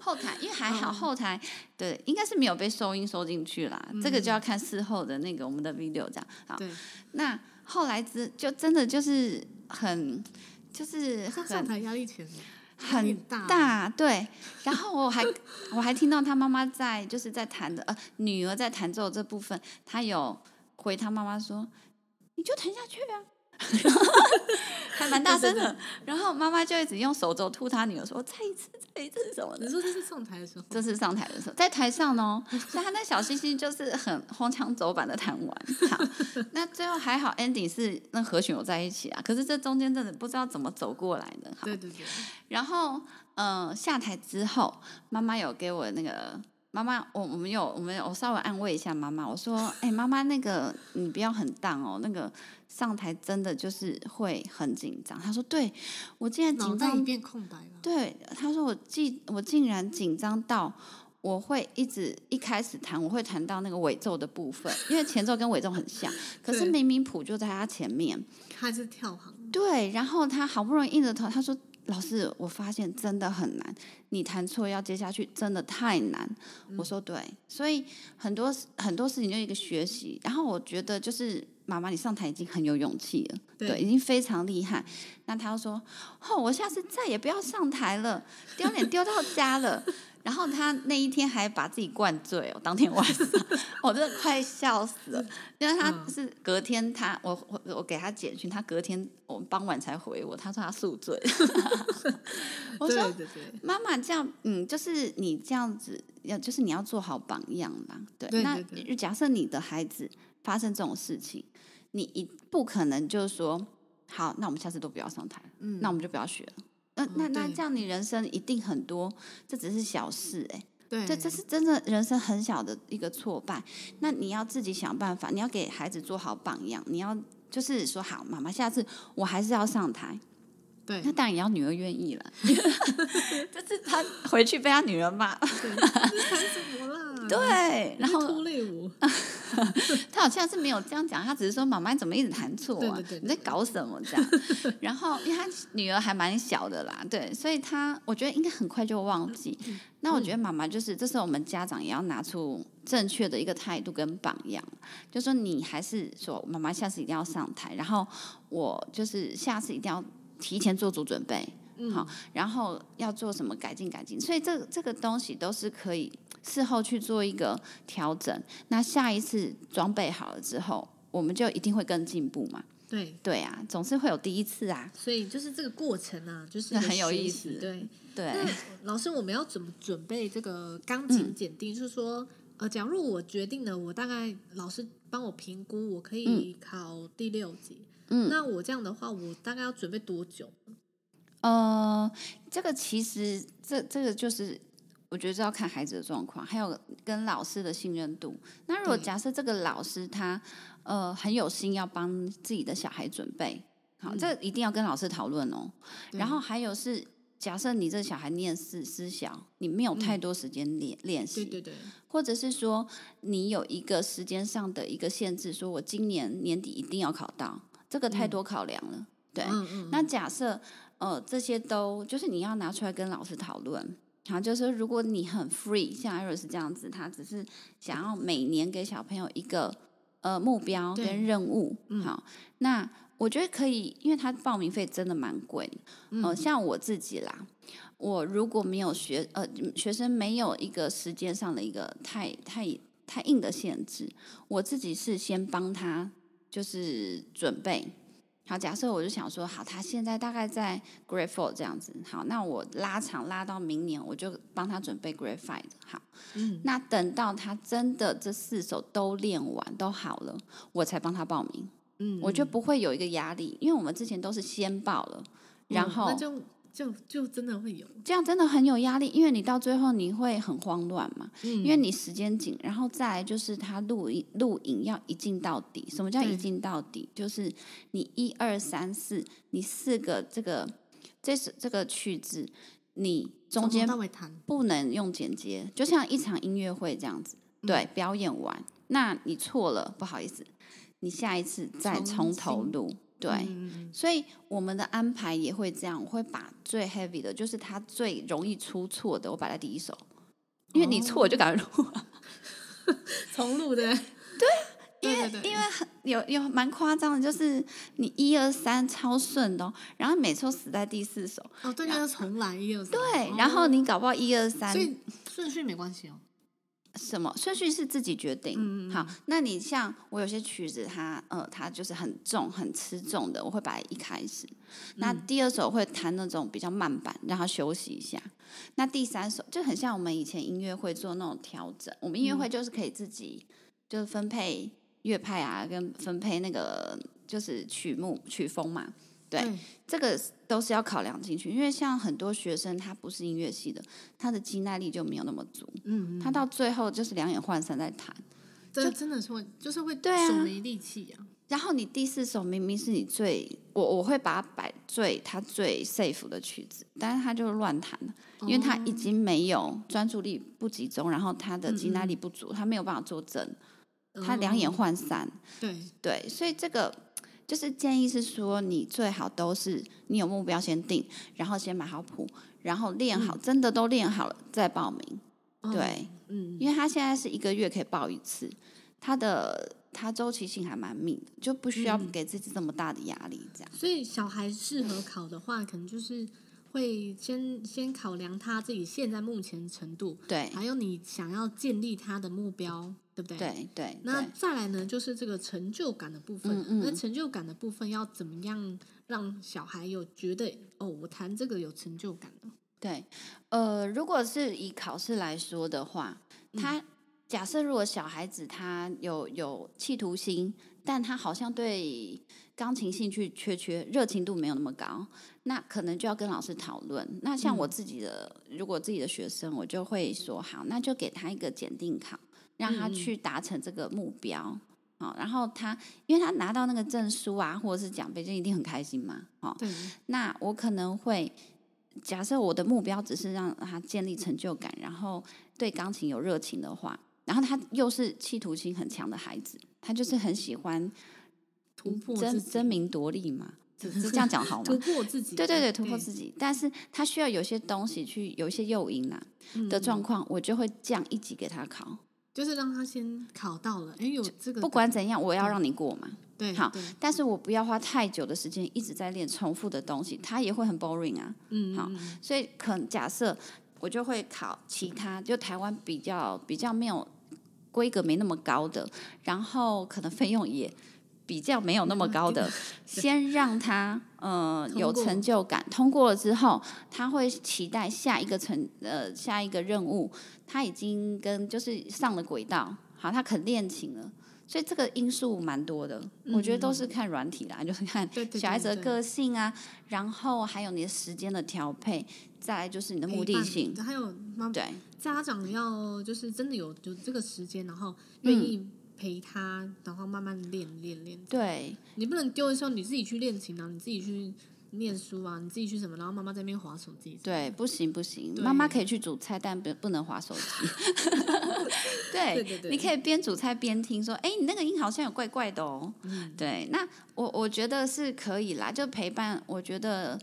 Speaker 2: 后台因为还好，
Speaker 1: 嗯
Speaker 2: 后台对应该是没有被收音收进去啦，这个
Speaker 1: 嗯
Speaker 2: 就要看事后的那个我们的 video 这样。好，
Speaker 1: 对，
Speaker 2: 那后来之就真的就是很就是
Speaker 1: 上上
Speaker 2: 很
Speaker 1: 台压力前有
Speaker 2: 很
Speaker 1: 点大
Speaker 2: 大，对。然后我 还我还听到他妈妈在就是在弹的呃女儿在弹奏这部分，她有回她妈妈说：“你就弹下去啊。”还蛮大声 的，然后妈妈就一直用手肘吐她女儿说：“再一次，再一次什么
Speaker 1: 你
Speaker 2: 的。
Speaker 1: 说这是上台的时候”，
Speaker 2: 这是上台的时候，在台上哦，所以她那小星星就是很荒腔走板的弹完。好， 那最后还好 ending 是那和弦有在一起啊，可是这中间真的不知道怎么走过来的。好
Speaker 1: 对对对，
Speaker 2: 然后，呃，下台之后，妈妈有给我那个妈妈，我我们有我们有我稍微安慰一下妈妈，我说，哎、妈妈，那个你不要很荡哦，那个上台真的就是会很紧张。她说，对我竟然
Speaker 1: 脑
Speaker 2: 紧
Speaker 1: 袋一
Speaker 2: 张，
Speaker 1: 片空白了，
Speaker 2: 对，她说我竟我竟然紧张到。我会一直一开始弹，我会弹到那个尾奏的部分，因为前奏跟尾奏很像，可是
Speaker 1: 对
Speaker 2: 明明谱就在他前面，
Speaker 1: 开始跳行，
Speaker 2: 对，然后他好不容易硬着头，他说：“老师，我发现真的很难，你弹错要接下去真的太难。我说：“对，所以很多事很多事情就一个学习。然后我觉得就是妈妈，你上台已经很有勇气了，对，
Speaker 1: 对
Speaker 2: 已经非常厉害。那他又说：‘哦，我下次再也不要上台了，丢脸丢到家了。’ 然后他那一天还把自己灌醉哦，当天晚上 我真的快笑死了，因为他
Speaker 1: 嗯
Speaker 2: 是隔天他我我我给他简讯，他隔天我们傍晚才回我，他说他宿醉，我说
Speaker 1: 对对对，
Speaker 2: 妈妈这样，嗯，就是你这样子，要就是你要做好榜样啦。对，
Speaker 1: 对
Speaker 2: 那
Speaker 1: 对
Speaker 2: 假设你的孩子发生这种事情，你一不可能就是说，好，那我们下次都不要上台了，
Speaker 1: 嗯
Speaker 2: 那我们就不要学了。那那那
Speaker 1: 对
Speaker 2: 这样，你人生一定很多，这只是小事哎、
Speaker 1: 对
Speaker 2: 这这是真的人生很小的一个挫败。那你要自己想办法，你要给孩子做好榜样，你要就是说好，妈妈下次我还是要上台。
Speaker 1: 对
Speaker 2: 那当然也要女儿愿 意了，就是他回去被他女儿骂。
Speaker 1: 嗯对，这是弹什么啦？
Speaker 2: 对，然后
Speaker 1: 拖累我，
Speaker 2: 他好像是没有这样讲，他只是说妈妈你怎么一直弹错啊？
Speaker 1: 对对对对
Speaker 2: 你在搞什么 这样？然后因为他女儿还蛮小的啦，对，所以他我觉得应该很快就忘记。
Speaker 1: 嗯
Speaker 2: 那我觉得妈妈就是，这时候我们家长也要拿出正确的一个态度跟榜样，就说你还是说妈妈下次一定要上台，然后我就是下次一定要提前做足准备。嗯
Speaker 1: 嗯
Speaker 2: 好，然后要做什么改进改进，所以这这个东西都是可以事后去做一个调整。那下一次装备好了之后，我们就一定会更进步嘛？
Speaker 1: 对，
Speaker 2: 对啊，总是会有第一次啊。
Speaker 1: 所以就是这个过程啊，就是
Speaker 2: 那
Speaker 1: 一个
Speaker 2: 很有
Speaker 1: 学
Speaker 2: 意
Speaker 1: 习
Speaker 2: 思
Speaker 1: 对，
Speaker 2: 对，啊
Speaker 1: 那老师，我们要怎么准备这个钢琴检定？就是说，呃，假如我决定了，我大概老师帮我评估，我可以考第六级。
Speaker 2: 嗯
Speaker 1: 那我这样的话，我大概要准备多久？
Speaker 2: 呃，这个其实这这个就是。我觉得这要看孩子的状况，还有跟老师的信任度。那如果
Speaker 1: 对
Speaker 2: 假设这个老师他呃很有心要帮自己的小孩准备，好，
Speaker 1: 嗯
Speaker 2: 这一定要跟老师讨论哦。然后还有是，假设你这小孩念私私小，你没有太多时间练、练习，
Speaker 1: 嗯对对对，
Speaker 2: 或者是说你有一个时间上的一个限制，说我今年年底一定要考到，这个太多考量了。对，
Speaker 1: 嗯嗯，
Speaker 2: 那假设呃这些都就是你要拿出来跟老师讨论。好，就是说如果你很 free，像 Iris 这样子，他只是想要每年给小朋友一个呃目标
Speaker 1: 对
Speaker 2: 跟任务。好，那我觉得可以，因为他报名费真的蛮贵的。嗯、呃，像我自己啦，我如果没有学呃学生没有一个时间上的一个太太太硬的限制，我自己是先帮他就是准备。好，假设我就想说，好，他现在大概在 Grade Four 这样子，好，那我拉长拉到明年，我就帮他准备 Grade Five。好，
Speaker 1: 嗯，
Speaker 2: 那等到他真的这四首都练完都好了，我才帮他报名，
Speaker 1: 嗯，
Speaker 2: 我就不会有一个压力，因为我们之前都是先报了，然
Speaker 1: 嗯
Speaker 2: 后
Speaker 1: 那就就就真的会有，
Speaker 2: 这样真的很有压力，因为你到最后你会很慌乱嘛，
Speaker 1: 嗯
Speaker 2: 因为你时间紧，然后再来就是他录影录影要一镜到底。什么叫
Speaker 1: 对
Speaker 2: 一镜到底？就是你一二三四，你四个这个这是这个曲子，你中
Speaker 1: 从
Speaker 2: 间
Speaker 1: 头到尾谈，
Speaker 2: 不能用剪接，就像一场音乐会这样子。
Speaker 1: 嗯
Speaker 2: 对，表演完，那你错了，不好意思，你下一次再
Speaker 1: 重
Speaker 2: 从头
Speaker 1: 新
Speaker 2: 录。对，
Speaker 1: 嗯，
Speaker 2: 所以我们的安排也会这样，我会把最 heavy 的，就是他最容易出错的，我摆在第一首，
Speaker 1: 哦
Speaker 2: 因为你错我就赶快录、 啊。
Speaker 1: 重录 的，对，对对对，因为
Speaker 2: 有有蛮夸张的，就是你一二三超顺的、哦，然后每次都死在第四首，
Speaker 1: 哦，对，要重来一二三，
Speaker 2: 对，
Speaker 1: 哦
Speaker 2: 然后你搞不好一二三
Speaker 1: 所以顺序没关系哦，
Speaker 2: 什么顺序是自己决定。
Speaker 1: 嗯嗯嗯
Speaker 2: 好，那你像我有些曲子它，呃，它就是很重、很吃重的，我会摆一开始。
Speaker 1: 嗯
Speaker 2: 那第二首会弹那种比较慢板，让它休息一下。那第三首就很像我们以前音乐会做那种调整，我们音乐
Speaker 1: 嗯
Speaker 2: 会就是可以自己就是分配乐派啊，跟分配那个就是曲目曲风嘛。对，
Speaker 1: 嗯
Speaker 2: 这个都是要考量进去，因为像很多学生他不是音乐系的，他的肌耐力就没有那么足，
Speaker 1: 嗯，
Speaker 2: 他到最后就是两眼涣散在弹。
Speaker 1: 这真的是会，就是会
Speaker 2: 对啊
Speaker 1: 手没力气呀、
Speaker 2: 然后你第四首明明是你最我我会把它摆最他最 safe 的曲子，但是他就乱弹了，
Speaker 1: 哦
Speaker 2: 因为他已经没有专注力不集中，然后他的肌耐力不足，他没有办法坐正，
Speaker 1: 哦
Speaker 2: 他两眼涣散。
Speaker 1: 对，
Speaker 2: 对，所以这个就是建议是说，你最好都是你有目标先定，然后先买好谱，然后练好，真的都练好了再报名。
Speaker 1: 嗯
Speaker 2: 对，
Speaker 1: 嗯，
Speaker 2: 因为他现在是一个月可以报一次，他的他周期性还蛮密的，就不需要给自己这么大的压力。这样，
Speaker 1: 所以小孩适合考的话，可能就是会先先考量他自己现在目前程度，
Speaker 2: 对
Speaker 1: 还有你想要建立他的目标，对不对？。
Speaker 2: 对对
Speaker 1: 那
Speaker 2: 对，
Speaker 1: 再来呢，就是这个成就感的部分。
Speaker 2: 嗯嗯
Speaker 1: 那成就感的部分要怎么样让小孩有觉得哦，我弹这个有成就感呢？
Speaker 2: 对，呃，如果是以考试来说的话，
Speaker 1: 嗯
Speaker 2: 他、假设如果小孩子他有有企图心，但他好像对钢琴兴趣缺缺，热情度没有那么高，那可能就要跟老师讨论。那像
Speaker 1: 嗯
Speaker 2: 我自己的，如果自己的学生，我就会说好，那就给他一个检定考，让他
Speaker 1: 嗯嗯
Speaker 2: 去达成这个目标。好，然后他，因为他拿到那个证书啊，或者是奖杯，就一定很开心嘛。好、
Speaker 1: 对，
Speaker 2: 那我可能会假设我的目标只是让他建立成就感，然后对钢琴有热情的话，然后他又是企图心很强的孩子，他就是很喜欢
Speaker 1: 突破
Speaker 2: 争
Speaker 1: 自己，
Speaker 2: 争名夺利 嘛，是是这样讲好吗？
Speaker 1: 突破自己，
Speaker 2: 对对对，突破自
Speaker 1: 己
Speaker 2: 己，但是他需要有些东西去有一些诱因啊
Speaker 1: 嗯
Speaker 2: 的状况，我就会降一级给他考。
Speaker 1: 就是让他先考到了，哎，有这个
Speaker 2: 不管怎样，我要让你过嘛，
Speaker 1: 对
Speaker 2: 好
Speaker 1: 对
Speaker 2: 但是我不要花太久的时间一直在练重复的东西，他也会很 boring 啊。
Speaker 1: 嗯
Speaker 2: 好
Speaker 1: 嗯嗯
Speaker 2: 所以可能假设我就会考其他，就台湾比较比较没有规格没那么高的，然后可能费用也比较没有那么高 的，先让他呃
Speaker 1: 通过
Speaker 2: 有成就感，通过了之后，他会期待下一个成呃下一个任务，他已经跟就是上了轨道，好，他肯练琴了。所以这个因素蛮多的，我觉得都
Speaker 1: 嗯
Speaker 2: 是看软体啦，就是看
Speaker 1: 对对对
Speaker 2: 小孩子的
Speaker 1: 对
Speaker 2: 个性啊，然后还有你的时间的调配，再来就是你的目
Speaker 1: 陪
Speaker 2: 的
Speaker 1: 伴
Speaker 2: 性，
Speaker 1: 还有妈
Speaker 2: 对
Speaker 1: 哎家长要就是真的有有这个时间，然后愿意
Speaker 2: 嗯
Speaker 1: 陪他，然后慢慢练练练。
Speaker 2: 对
Speaker 1: 你不能丢的时候你自己去练琴啊，你自己去念书啊，你自己去什么，然后妈妈在那边划手机。
Speaker 2: 对，不行不行，
Speaker 1: 对
Speaker 2: 妈妈可以去煮菜，但不不能 划手机。对，
Speaker 1: 对对对
Speaker 2: 你可以边煮菜边听，说，哎，你那个音好像有怪怪的哦。
Speaker 1: 嗯
Speaker 2: 对，那我我觉得是可以啦，就陪伴，我觉得。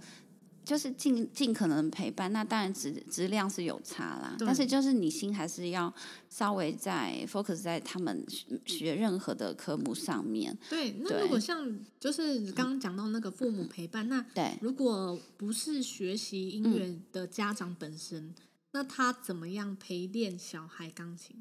Speaker 2: 就是尽尽可能陪伴，那当然质质量是有差啦，
Speaker 1: 对
Speaker 2: 但是就是你心还是要稍微在 focus 在他们学学任何的科目上面。
Speaker 1: 对，那
Speaker 2: 对
Speaker 1: 如果像就是刚刚讲到那个父母陪伴，那
Speaker 2: 对，
Speaker 1: 如果不是学习
Speaker 2: 嗯
Speaker 1: 音乐的家长本身，那他怎么样陪练小孩钢琴？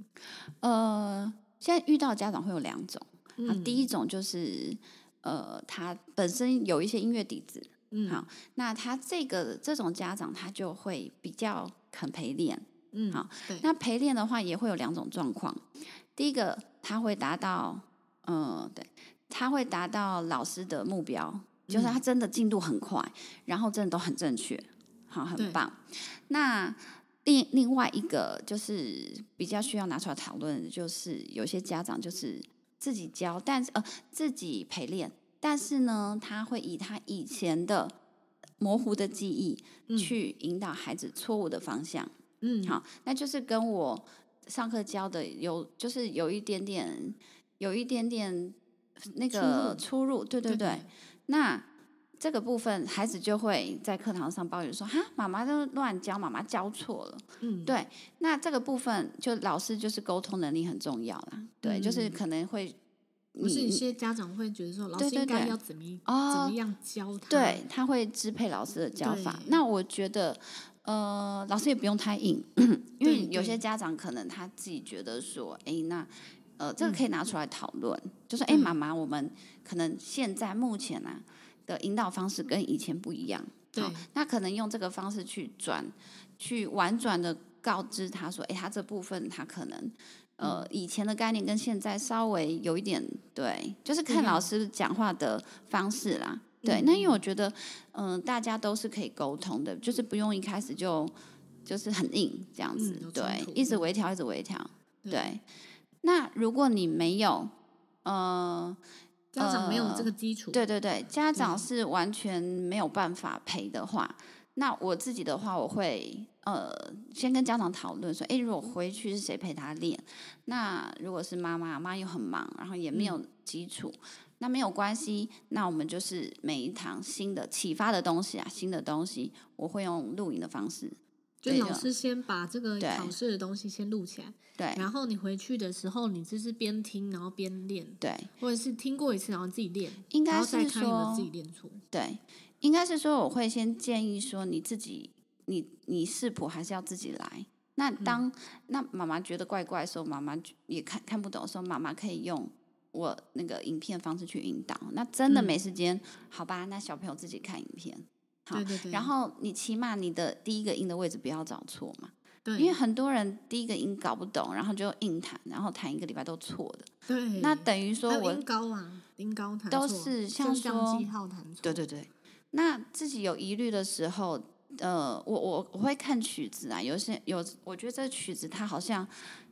Speaker 2: 呃，现在遇到的家长会有两种，啊，
Speaker 1: 嗯，
Speaker 2: 第
Speaker 1: 一，
Speaker 2: 一种就是呃，他本身有一些音乐底子，
Speaker 1: 嗯，
Speaker 2: 好那他这个这种家长他就会比较肯陪练。
Speaker 1: 嗯，
Speaker 2: 好，
Speaker 1: 对，
Speaker 2: 那陪练的话也会有两种状况，第一个他会达到，嗯、对，他会达到老师的目标，就是
Speaker 1: 嗯
Speaker 2: 他真的进度很快，然后真的都很正确，好，
Speaker 1: 对
Speaker 2: 很棒。那另另外一个就是比较需要拿出来讨论的，就是有些家长就是自己教，但是呃自己陪练，但是呢，他会以他以前的模糊的记忆
Speaker 1: 嗯
Speaker 2: 去引导孩子错误的方向。
Speaker 1: 嗯，
Speaker 2: 好，那就是跟我上课教的有，就是有一点点，有一点点那个出入，对对
Speaker 1: 对
Speaker 2: 对。那这个部分，孩子就会在课堂上抱怨说：“哈，妈妈都乱教，妈妈教错了。”
Speaker 1: 嗯，
Speaker 2: 对，那这个部分就老师就是沟通能力很重要啦。对，就是
Speaker 1: 嗯
Speaker 2: 可能会
Speaker 1: 不是有
Speaker 2: 你
Speaker 1: 些家长会觉得说，老
Speaker 2: 对
Speaker 1: 师
Speaker 2: 对
Speaker 1: 应该
Speaker 2: 对
Speaker 1: 要怎么一怎
Speaker 2: 哦
Speaker 1: 么，样教他？
Speaker 2: 对，他会支配老师的教法
Speaker 1: 对。
Speaker 2: 那我觉得，呃，老师也不用太 硬，因
Speaker 1: 对
Speaker 2: 为有
Speaker 1: 对
Speaker 2: 些家长可能他自己觉得说，哎，那呃，这个可以拿出来讨论，就说，哎，
Speaker 1: 嗯
Speaker 2: 妈妈，我们可能现在目前啊的引导方式跟以前不一样，
Speaker 1: 对
Speaker 2: 好，那可能用这个方式去转，去婉转的告知他说，哎，他这部分他可能。呃，
Speaker 1: 嗯
Speaker 2: 以前的概念跟现在稍微有一点对，就是
Speaker 1: 不一
Speaker 2: 看老
Speaker 1: 样
Speaker 2: 师讲话的方式啦。对，
Speaker 1: 嗯
Speaker 2: 那因为我觉得，嗯、大家都是可以沟通的，就是不用一开始就就是很硬这样子
Speaker 1: 嗯，有冲
Speaker 2: 对
Speaker 1: 突，
Speaker 2: 一直
Speaker 1: 嗯
Speaker 2: 微调，一直微调，
Speaker 1: 对
Speaker 2: 对。那如果你没有，呃，
Speaker 1: 家长没有这
Speaker 2: 呃
Speaker 1: 个基础，
Speaker 2: 对对对，家长
Speaker 1: 嗯
Speaker 2: 是完全没有办法陪的话，那我自己的话，我会呃先跟家长讨论说，诶，如果回去是谁陪他练？那如果是妈妈，妈又很忙，然后也
Speaker 1: 嗯
Speaker 2: 没有基础，那没有关系，那我们就是每一堂新的启发的东西啊，新的东西，我会用录影的方式，
Speaker 1: 就
Speaker 2: 对
Speaker 1: 老
Speaker 2: 的
Speaker 1: 师先把这个
Speaker 2: 对
Speaker 1: 考试的东西先录起来，
Speaker 2: 对
Speaker 1: 然后你回去的时候，你就是边听然后边练，
Speaker 2: 对，
Speaker 1: 或者是听过一次然后自己练，
Speaker 2: 应
Speaker 1: 然
Speaker 2: 该
Speaker 1: 后再
Speaker 2: 是
Speaker 1: 看有没
Speaker 2: 说
Speaker 1: 有自己练错。
Speaker 2: 对，应该是说我会先建议说你自己，你你视谱还是要自己来。那
Speaker 1: 嗯
Speaker 2: 当、那妈妈觉得怪怪的时候，妈妈就也看看不懂的时候，妈妈可以用我那个影片方式去引导。那真的
Speaker 1: 嗯
Speaker 2: 没时间，好吧，那小朋友自己看影片。好
Speaker 1: 对对对，
Speaker 2: 然后你起码你的第一个音的位置不要找错嘛，
Speaker 1: 对，
Speaker 2: 因为很多人第一个音搞不懂，然后就硬弹，然后弹一个礼拜都错的。
Speaker 1: 对，
Speaker 2: 那等于说
Speaker 1: 还有
Speaker 2: 我
Speaker 1: 音高啊，音高弹
Speaker 2: 都
Speaker 1: 错
Speaker 2: 是像
Speaker 1: 升降
Speaker 2: 说
Speaker 1: 记号弹错，
Speaker 2: 对对对，那自己有疑虑的时候，呃，我我我会看曲子啊，有些有，我觉得这曲子它好像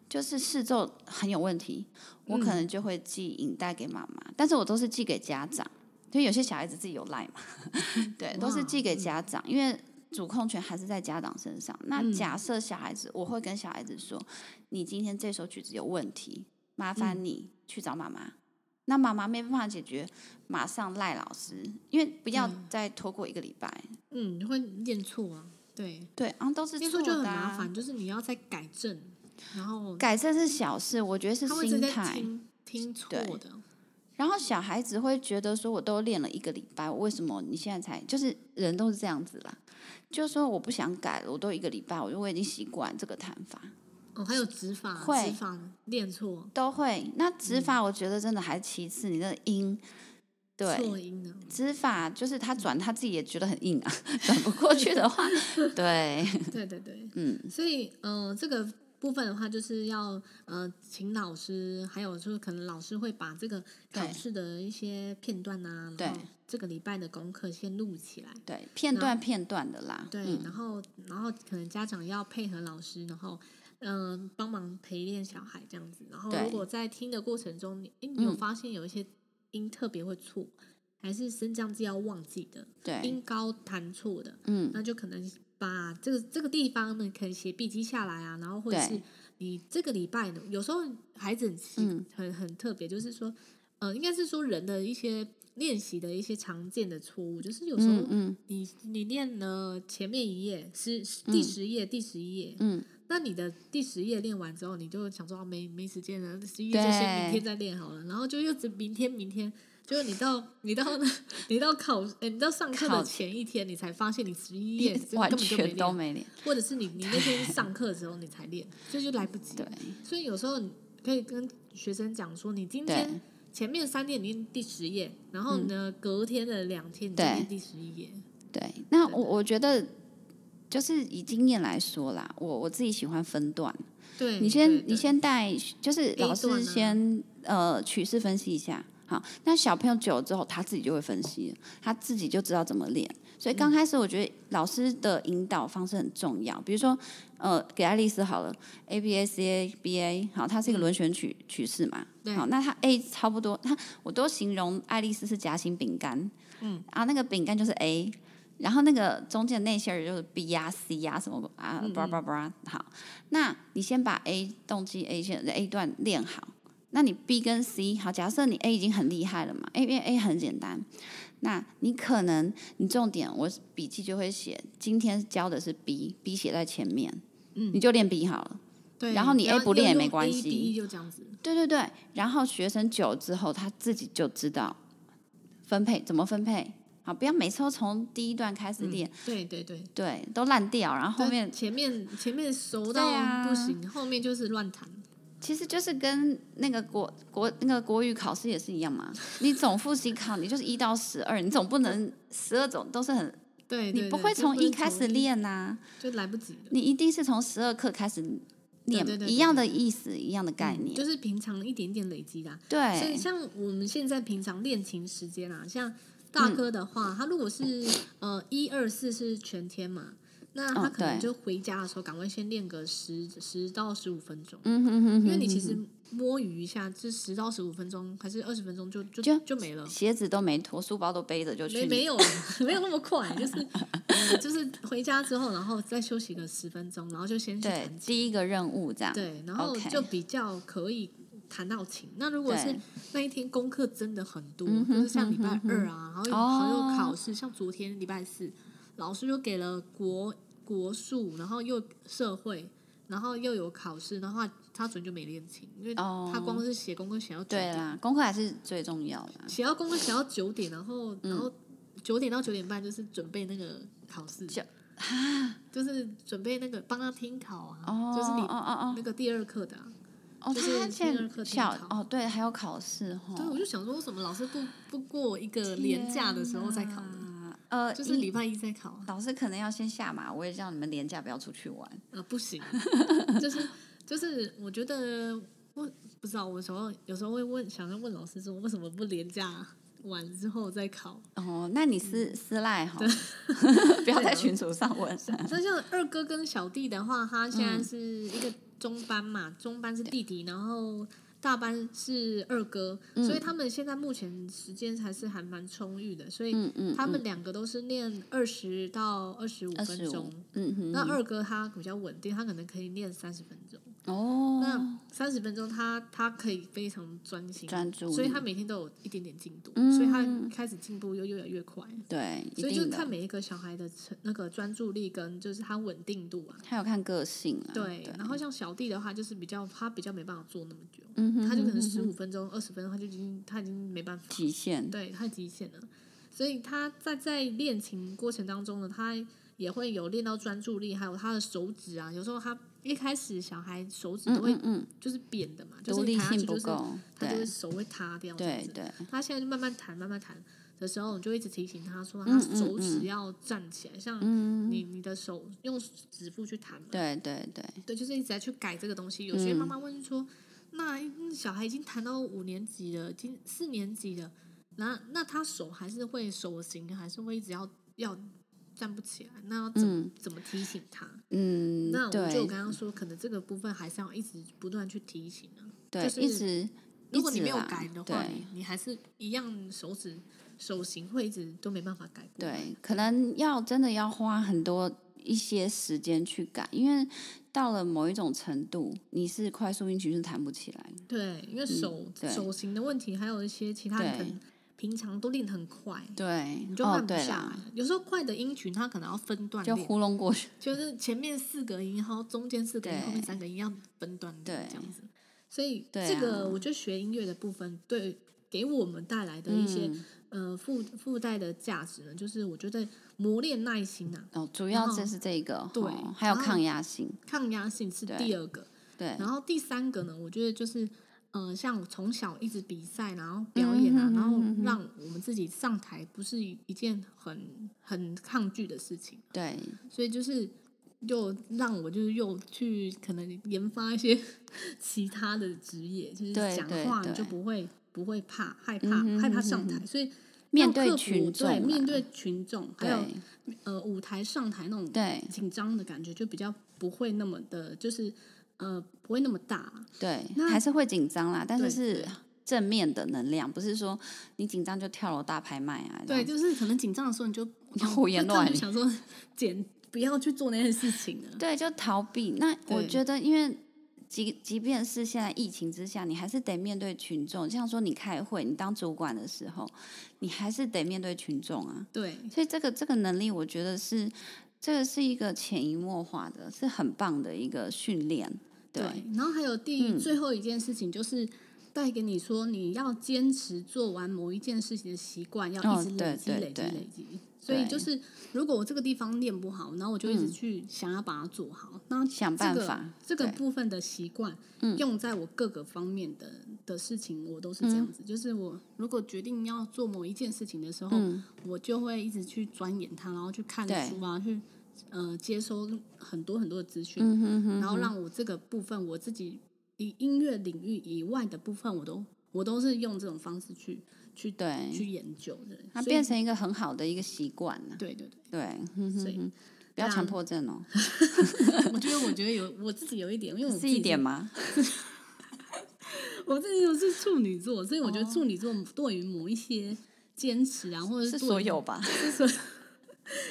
Speaker 2: 就是试奏很有问题，我可
Speaker 1: 嗯
Speaker 2: 能就会寄影带给妈妈，但是我都是 寄给家长，因为有些小孩子自己有赖嘛，对，都是
Speaker 1: 哇
Speaker 2: 寄给
Speaker 1: 嗯
Speaker 2: 家长，因为主控权还是在家长身上。那
Speaker 1: 嗯
Speaker 2: 假设小孩子，我会跟小孩子说，你今天这首曲子有问题，麻
Speaker 1: 嗯
Speaker 2: 烦你去找妈妈。那妈妈没办法解决，马上赖老师，因为不要
Speaker 1: 嗯
Speaker 2: 再拖过一个礼拜。
Speaker 1: 嗯，你会念错啊，对，
Speaker 2: 对，然、后都是
Speaker 1: 念
Speaker 2: 错
Speaker 1: 错就很
Speaker 2: 的、
Speaker 1: 麻
Speaker 2: 啊
Speaker 1: 烦，。就是你要再改正，然后
Speaker 2: 改正是小事，我觉得是
Speaker 1: 他会一直
Speaker 2: 心
Speaker 1: 在
Speaker 2: 态。
Speaker 1: 听听错
Speaker 2: 对
Speaker 1: 的，
Speaker 2: 然后小孩子会觉得说，我都练了一个礼拜，为什么你现在才？就是人都是这样子啦，就说我不想改了，我都一个礼拜，我就我已经习惯这个弹法，
Speaker 1: 哦，还有指法，
Speaker 2: 会
Speaker 1: 指法念错，
Speaker 2: 都会。那
Speaker 1: 嗯
Speaker 2: 指法我觉得真的还其次，你的音，
Speaker 1: 错
Speaker 2: 对，
Speaker 1: 音 的，
Speaker 2: 指法就是
Speaker 1: 嗯
Speaker 2: 他转他自己也觉得很硬啊， 转不过 去的话，对，
Speaker 1: 对对对，
Speaker 2: 嗯，
Speaker 1: 所以呃，这个部分的话，就是要呃，请老师，还有就是可能老师会把这个考
Speaker 2: 对
Speaker 1: 试的一些片段啊，然后
Speaker 2: 对
Speaker 1: 这个礼拜的功课先录起来。
Speaker 2: 对，片段片段的啦，
Speaker 1: 对，
Speaker 2: 嗯
Speaker 1: 然后然后可能家长要配合老师，然后嗯、呃帮忙陪练小孩这样子。然后如
Speaker 2: 对
Speaker 1: 果在听的过程中，你诶你有
Speaker 2: 嗯
Speaker 1: 发现有一些音特别会错，还是升降记要忘记的，
Speaker 2: 对，
Speaker 1: 音高弹错的，
Speaker 2: 嗯，
Speaker 1: 那就可能把这个这个地方呢，可以写笔记下来啊，然后或者
Speaker 2: 对
Speaker 1: 是你这个礼拜呢，有时候孩子很奇、
Speaker 2: 嗯
Speaker 1: 很很特别，就是说，呃，应该是说人的一些练习的一些常见的错误，就是有时候
Speaker 2: 嗯嗯
Speaker 1: 你你练了前面一页是是第
Speaker 2: 嗯
Speaker 1: 十页、第十页，
Speaker 2: 嗯，
Speaker 1: 那你的第十页练完之后，你就想说、啊、没没时间了，十一页就先明
Speaker 2: 对
Speaker 1: 天再练好了，然后就又只明天明天，就你到你到你到考、诶你到上课的
Speaker 2: 考
Speaker 1: 前一天，你才发现你十一页真的
Speaker 2: 完
Speaker 1: 根本就没
Speaker 2: 全都
Speaker 1: 练，
Speaker 2: 没练，
Speaker 1: 或者是你你那天上课的时候你才练，所以就来不及。
Speaker 2: 对，
Speaker 1: 所以有时候你可以跟学生讲说，你今
Speaker 2: 对嗯
Speaker 1: 天前面三天你练第十页，然后呢、隔天的两天你就
Speaker 2: 对
Speaker 1: 练第十一页，
Speaker 2: 对，那我我觉得就是以经验来说啦，我我自己喜欢分段。
Speaker 1: 对，对
Speaker 2: 你先你
Speaker 1: 对
Speaker 2: 先带，就是
Speaker 1: 第一段啊
Speaker 2: 老师
Speaker 1: 呢
Speaker 2: 先呃曲式分析一下。好，那小朋友久了之后，他自己就会分析了，他自己就知道怎么练。所以
Speaker 1: 嗯
Speaker 2: 刚开始，我觉得老师的引导方式很重要。比如说，呃，给爱丽丝好了，A B A C A B A，好，它是一个轮旋曲曲式嘛
Speaker 1: 嗯对。
Speaker 2: 好，那它 A 差不多，它我都形容爱丽丝是夹心饼干，嗯，啊，那个饼干就是 A，然后那个中间的那些人就是 B 呀、C 呀、什么啊
Speaker 1: 嗯嗯，
Speaker 2: 叭叭叭。好，那你先把 A 动机 A 线 A 段练好，那你 B 跟 C 好，假设你 A 已经很厉害了嘛，A 因为 A 很简单，那你可能你重点我笔记就会写，今天教的是 B，B 写在前面，
Speaker 1: 嗯
Speaker 2: 你就练 B 好了。
Speaker 1: 对，
Speaker 2: 然后你 A
Speaker 1: 要
Speaker 2: 不练也
Speaker 1: 用
Speaker 2: 没关
Speaker 1: A
Speaker 2: 系
Speaker 1: B 就这样子，
Speaker 2: 对对对，然后学生久了之后，他自己就知道分配怎么分配。好，不要每次都从第一段开始练，
Speaker 1: 对对对，
Speaker 2: 对，都烂掉，然后后
Speaker 1: 但
Speaker 2: 面
Speaker 1: 前面前面熟
Speaker 2: 对
Speaker 1: 到
Speaker 2: 啊
Speaker 1: 不行，后面就是乱弹。
Speaker 2: 其实就是跟那个国国那个国语考试也是一 样嘛。你总复习考，你就是一到十二，你总不能十二种都是很，
Speaker 1: 对，对
Speaker 2: 你不
Speaker 1: 对
Speaker 2: 会
Speaker 1: 就
Speaker 2: 从
Speaker 1: 是
Speaker 2: 一开始练呐、
Speaker 1: 就来不及了。
Speaker 2: 你一定是从十二课开始
Speaker 1: 对
Speaker 2: 念
Speaker 1: 对对，对
Speaker 2: 一样的意思，一样的概念，
Speaker 1: 嗯就是平常一点点累积的啊、所以
Speaker 2: 对，
Speaker 1: 像我们现在平常练琴时间啊，像大
Speaker 2: 嗯
Speaker 1: 哥的话，他如果是呃一二四是全天嘛，那他
Speaker 2: 哦
Speaker 1: 可能
Speaker 2: 对
Speaker 1: 就回家的时候赶快先练个十十到十五分钟，
Speaker 2: 嗯哼哼哼，
Speaker 1: 因为你其实摸鱼一下，这十到十五分钟还是二十分钟就就
Speaker 2: 就
Speaker 1: 就没了。
Speaker 2: 鞋子都没脱，书包都背着就去
Speaker 1: 没
Speaker 2: 你，
Speaker 1: 没 有没有那么快，就是、呃、就是回家之后，然后再休息个十分钟，然后就先去
Speaker 2: 对
Speaker 1: 弹，琴，
Speaker 2: 第一个任务这样，
Speaker 1: 对，然后
Speaker 2: OK
Speaker 1: 就比较可以弹到琴。那如果
Speaker 2: 对
Speaker 1: 是那一天功课真的很多，
Speaker 2: 嗯
Speaker 1: 就
Speaker 2: 哼
Speaker 1: 是像礼拜
Speaker 2: 嗯哼
Speaker 1: 二啊，然后有
Speaker 2: 哦
Speaker 1: 还有考试，像昨天礼拜四，老师就给了国国术，然后又社会，然后又有考试的话，他准就没练琴，因为
Speaker 2: 哦
Speaker 1: 他光是写功课写到九
Speaker 2: 对
Speaker 1: 点，
Speaker 2: 啦，功课还是最重要啦。
Speaker 1: 写到功课写到九点，然后
Speaker 2: 嗯
Speaker 1: 然后九点到九点半就是准备那个考试，
Speaker 2: 就
Speaker 1: 就是准备那个帮他听考啊，
Speaker 2: 哦，
Speaker 1: 就是你
Speaker 2: 哦哦
Speaker 1: 那个第二课的、啊。
Speaker 2: 哦，
Speaker 1: 就是
Speaker 2: 他
Speaker 1: 第二
Speaker 2: 现
Speaker 1: 课听
Speaker 2: 在小
Speaker 1: 考
Speaker 2: 哦，对，还有考试哈。
Speaker 1: 对，啊我就想说，为什么老师不不过一个廉价的时候再考呢？
Speaker 2: 呢？呃，
Speaker 1: 就
Speaker 2: 就是是
Speaker 1: 礼拜一再考啊？
Speaker 2: 老师可能要先下马威，让你们廉价不要出去玩。
Speaker 1: 呃，不行， 就是就是，我觉得我不知道，我有时候有时候会问，想要问老师说，为什么不廉价完之后再考？
Speaker 2: 哦，那你私
Speaker 1: 嗯
Speaker 2: 私赖哈， 不要在群组 上问。
Speaker 1: 那像二哥
Speaker 2: 嗯
Speaker 1: 跟小弟的话，他现在是一个中班嘛，中班是弟弟，然后大班是二哥，
Speaker 2: 嗯
Speaker 1: 所以他们现在目前时间还是还蛮充裕的，所以
Speaker 2: 嗯嗯，
Speaker 1: 他们两个都是练二十到二十五
Speaker 2: 二
Speaker 1: 分
Speaker 2: 十五
Speaker 1: 钟。，
Speaker 2: 嗯哼，
Speaker 1: 那二哥他比较稳定，他可能可以练三十分钟。
Speaker 2: 哦，
Speaker 1: 那三十分钟他他可以非常专心，
Speaker 2: 专注力，
Speaker 1: 所以他每天都有一点点进度，
Speaker 2: 嗯
Speaker 1: 所以他开始进步又越来越快。
Speaker 2: 对，一
Speaker 1: 所以就是
Speaker 2: 定的
Speaker 1: 看每一个小孩的成那个专注力跟就是他稳定度啊。
Speaker 2: 还有看个性啊，
Speaker 1: 对，
Speaker 2: 对，
Speaker 1: 然后像小弟的话，就是比较他比较没办法做那么久，
Speaker 2: 嗯哼，
Speaker 1: 他就可能
Speaker 2: 嗯哼
Speaker 1: 十五分钟、二十分钟，他就已经他已经没办法，
Speaker 2: 极限，
Speaker 1: 对，太极限了。所以他在在练琴过程当中呢，他也会有练到专注力，还有他的手指啊，有时候他一开始小孩手指
Speaker 2: 嗯
Speaker 1: 都会
Speaker 2: 嗯嗯，
Speaker 1: 就是扁的嘛，就是
Speaker 2: 独立
Speaker 1: 你弹下
Speaker 2: 性
Speaker 1: 去
Speaker 2: 不
Speaker 1: 就是
Speaker 2: 够，
Speaker 1: 他就会
Speaker 2: 对
Speaker 1: 手会塌掉这样
Speaker 2: 对
Speaker 1: 子。
Speaker 2: 对，
Speaker 1: 他现在就慢慢弹，慢慢弹的时候，你就一直提醒他说，他
Speaker 2: 嗯嗯
Speaker 1: 手指
Speaker 2: 嗯
Speaker 1: 要站起来，像
Speaker 2: 嗯，
Speaker 1: 你你的手用指腹去弹嘛。
Speaker 2: 对对对，
Speaker 1: 对，就是一直在去改这个东西。有
Speaker 2: 嗯
Speaker 1: 些妈妈问说，那嗯小孩已经弹到五年级了，已经四年级了，那那他手还是会手型，还是会一直要要站不起来，那要怎么、
Speaker 2: 嗯
Speaker 1: 怎么提醒他？
Speaker 2: 嗯，
Speaker 1: 那我就
Speaker 2: 对
Speaker 1: 刚刚说，可能这个部分还是要一直不断去提醒啊。
Speaker 2: 对，一
Speaker 1: 是
Speaker 2: 直
Speaker 1: 如果你
Speaker 2: 一直
Speaker 1: 没有
Speaker 2: 啦
Speaker 1: 改的话，
Speaker 2: 对
Speaker 1: 你你还是一样手指手型会一直都没办法改过来。
Speaker 2: 对，可能要真的要花很多一些时间去改，因为到了某一种程度，你是快速音群是弹不起来的。
Speaker 1: 对，因为手、
Speaker 2: 嗯对
Speaker 1: 手型的问题，还有一些其他人
Speaker 2: 对
Speaker 1: 可能平常都练得很快，
Speaker 2: 对
Speaker 1: 你，就
Speaker 2: 哦
Speaker 1: 慢，不
Speaker 2: 对
Speaker 1: 下来。
Speaker 2: 啦，
Speaker 1: 有时候快的音群，它可能要分段
Speaker 2: 就
Speaker 1: 练，
Speaker 2: 糊弄过去。
Speaker 1: 就是前面四个音，然后中间四个音，
Speaker 2: 对
Speaker 1: 后面三个音要分段练
Speaker 2: 对
Speaker 1: 这样子。所以
Speaker 2: 对
Speaker 1: 这个，
Speaker 2: 啊
Speaker 1: 我觉得学音乐的部分对给我们带来的一些、
Speaker 2: 嗯
Speaker 1: 呃附附带的价值呢，就是我觉得磨练耐心啊，
Speaker 2: 哦，主要
Speaker 1: 后
Speaker 2: 这是这个，
Speaker 1: 对
Speaker 2: 哦还有
Speaker 1: 然后
Speaker 2: 抗压性，
Speaker 1: 抗压性是
Speaker 2: 对
Speaker 1: 第二个。
Speaker 2: 对，
Speaker 1: 然后第三个呢，我觉得就是，呃，像我从小一直比赛，然后表演啊，
Speaker 2: 嗯哼
Speaker 1: 然后
Speaker 2: 嗯哼
Speaker 1: 让我们自己上台，不是一件很很抗拒的事情，
Speaker 2: 对，
Speaker 1: 所以就是又让我就是又去可能研发一些 其他的职业，就是
Speaker 2: 对
Speaker 1: 讲
Speaker 2: 对
Speaker 1: 话你
Speaker 2: 对
Speaker 1: 就不会不会怕害怕、
Speaker 2: 嗯哼
Speaker 1: 害怕
Speaker 2: 嗯哼
Speaker 1: 上
Speaker 2: 嗯
Speaker 1: 台，所以
Speaker 2: 面
Speaker 1: 要
Speaker 2: 对
Speaker 1: 克服
Speaker 2: 群众
Speaker 1: 对面
Speaker 2: 啦
Speaker 1: 对群众，还有
Speaker 2: 对，
Speaker 1: 呃舞台上台那种
Speaker 2: 对，
Speaker 1: 紧张的感觉，就比较不会那么的，就是呃不会那么大啦。
Speaker 2: 对，
Speaker 1: 那
Speaker 2: 还是会紧张啦，但
Speaker 1: 对
Speaker 2: 是是
Speaker 1: 对啊
Speaker 2: 正面的能量，不是说你紧张就跳楼大拍卖啊。这
Speaker 1: 对，
Speaker 2: 样子
Speaker 1: 就是可能紧张的时候你就
Speaker 2: 你胡言
Speaker 1: 那这样
Speaker 2: 乱
Speaker 1: 就想说减不要去做那件事情了。
Speaker 2: 对，就逃避。那我
Speaker 1: 对
Speaker 2: 觉得，因为即即便是现在疫情之下，你还是得面对群众。像说你开会，你当主管的时候，你还是得面对群众啊。
Speaker 1: 对
Speaker 2: 所以这个这个能力，我觉得是这个是一个潜移默化的，是很棒的一个训练。对，
Speaker 1: 然后还有第、
Speaker 2: 嗯
Speaker 1: 最后一件事情就是。带给你说，你要坚持做完某一件事情的习惯，要一
Speaker 2: 哦
Speaker 1: 直
Speaker 2: 对
Speaker 1: 累积、
Speaker 2: 对
Speaker 1: 累积、
Speaker 2: 对嗯
Speaker 1: 累积。所以就是，如果我这个地方练不好，然后我就一直去想要把它做好。那
Speaker 2: 想
Speaker 1: 这
Speaker 2: 办
Speaker 1: 个
Speaker 2: 法
Speaker 1: 这个
Speaker 2: 对嗯
Speaker 1: 部分的习惯，用在我各个方面的的事情，我都是这
Speaker 2: 嗯
Speaker 1: 样子。就是我如果决定要做某一件事情的时候，我就会一直去钻研它，然后去看
Speaker 2: 嗯对
Speaker 1: 书啊，去呃接收很多很多的资讯，
Speaker 2: 嗯哼哼，
Speaker 1: 然后让我这个部分我自己以音乐领域以外的部分，我都我都是用这种方式去去
Speaker 2: 对，
Speaker 1: 去研究的。
Speaker 2: 哎它
Speaker 1: 所以
Speaker 2: 变成一个很好的一个习惯了。
Speaker 1: 对对对。
Speaker 2: 对，嗯
Speaker 1: 所
Speaker 2: 哼
Speaker 1: 以
Speaker 2: 哼，不要
Speaker 1: 那
Speaker 2: 强迫症哦，
Speaker 1: 我觉得，我觉得有我自己有一点，因为我自
Speaker 2: 是
Speaker 1: 己
Speaker 2: 一点吗？
Speaker 1: 我自己又是处女座，所以我觉得处女座对于某一些坚持啊，或者
Speaker 2: 哦是
Speaker 1: 对于
Speaker 2: 所有吧？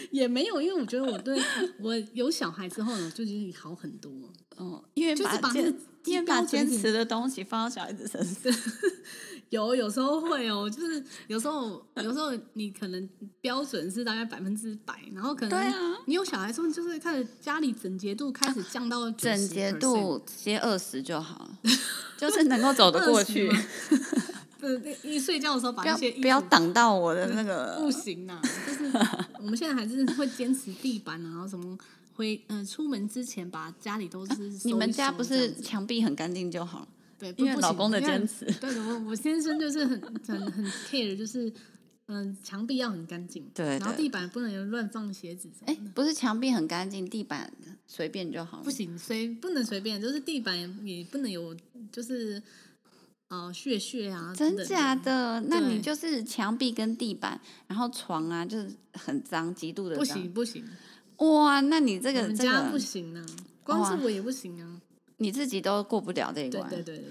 Speaker 1: 也没有，因为我觉得我对我有小孩之后呢，就是好很多。
Speaker 2: 哦，因为
Speaker 1: 就是
Speaker 2: 把
Speaker 1: 把那
Speaker 2: 坚
Speaker 1: 个
Speaker 2: 因为把
Speaker 1: 标准
Speaker 2: 坚
Speaker 1: 给
Speaker 2: 持的东西放到小孩子身上，
Speaker 1: 有有时候会哦，就是有时候有时候你可能标准是大概百分之百，然后可
Speaker 2: 对
Speaker 1: 能
Speaker 2: 啊
Speaker 1: 你有小孩之后，就是开始家里整洁度开始降到90%
Speaker 2: 整洁度直接二十就好 了，就是能够走得过去
Speaker 1: 20，吗对，对一睡觉的时候把
Speaker 2: 不
Speaker 1: 那
Speaker 2: 要
Speaker 1: 些衣服
Speaker 2: 不要挡到我的那
Speaker 1: 不
Speaker 2: 个。
Speaker 1: 行啦， 就是我们现在还是会坚持地板啊，然后什么回嗯、出门之前把家里都是收一收
Speaker 2: 啊你们家不
Speaker 1: 这
Speaker 2: 是
Speaker 1: 样子
Speaker 2: 墙壁很干净就好了？
Speaker 1: 对，不
Speaker 2: 因为
Speaker 1: 不
Speaker 2: 老
Speaker 1: 行
Speaker 2: 公的
Speaker 1: 因为
Speaker 2: 坚持
Speaker 1: 对的，我我先生就是很很很 care，就是嗯墙壁要很干净，
Speaker 2: 对
Speaker 1: 然后
Speaker 2: 对
Speaker 1: 地板不能有乱放鞋子什么
Speaker 2: 哎
Speaker 1: 的。，
Speaker 2: 不是墙壁很干净，地板随便就好
Speaker 1: 嗯
Speaker 2: 了
Speaker 1: 不。行，随不能随便，就是地板也不能有，就是呃屑屑啊，
Speaker 2: 真假
Speaker 1: 的？
Speaker 2: 的？那
Speaker 1: 对
Speaker 2: 你就是墙壁跟地板，然后床啊，就是很脏，极度的
Speaker 1: 不
Speaker 2: 脏。
Speaker 1: 行不行，
Speaker 2: 哇，那你这
Speaker 1: 我
Speaker 2: 个
Speaker 1: 们
Speaker 2: 这
Speaker 1: 家不
Speaker 2: 个
Speaker 1: 行啊，光
Speaker 2: 哇
Speaker 1: 是我也不行啊。
Speaker 2: 你自己都过不了这一
Speaker 1: 对
Speaker 2: 关
Speaker 1: 对对对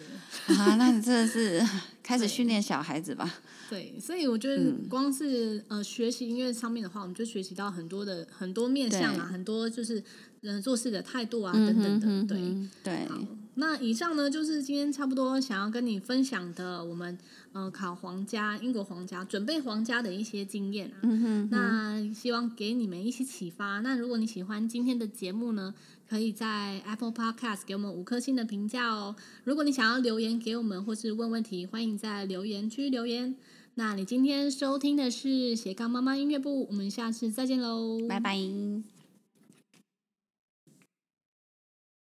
Speaker 1: 对。
Speaker 2: 啊，那你真的 是开始训练小孩子吧。
Speaker 1: 对，所以我觉得
Speaker 2: 嗯
Speaker 1: 光是、呃学习音乐上面的话，我们就学习到很多的很多面向啊，
Speaker 2: 对
Speaker 1: 很多就是呃做事的态度啊等等的。
Speaker 2: 嗯哼
Speaker 1: 对，
Speaker 2: 嗯哼对，
Speaker 1: 好，那以上呢就是今天差不多想要跟你分享的我们呃考皇家英国皇家准备皇家的一些经验啊。
Speaker 2: 嗯哼，
Speaker 1: 那希望给你们一些启发。那如果你喜欢今天的节目呢，可以在 Apple Podcast 给我们五颗星的评价哦。如果你想要留言给我们或是问问题，欢迎在留言区留言。那你今天收听的是斜杠妈妈音乐部，我们下次再见喽，
Speaker 2: 拜拜。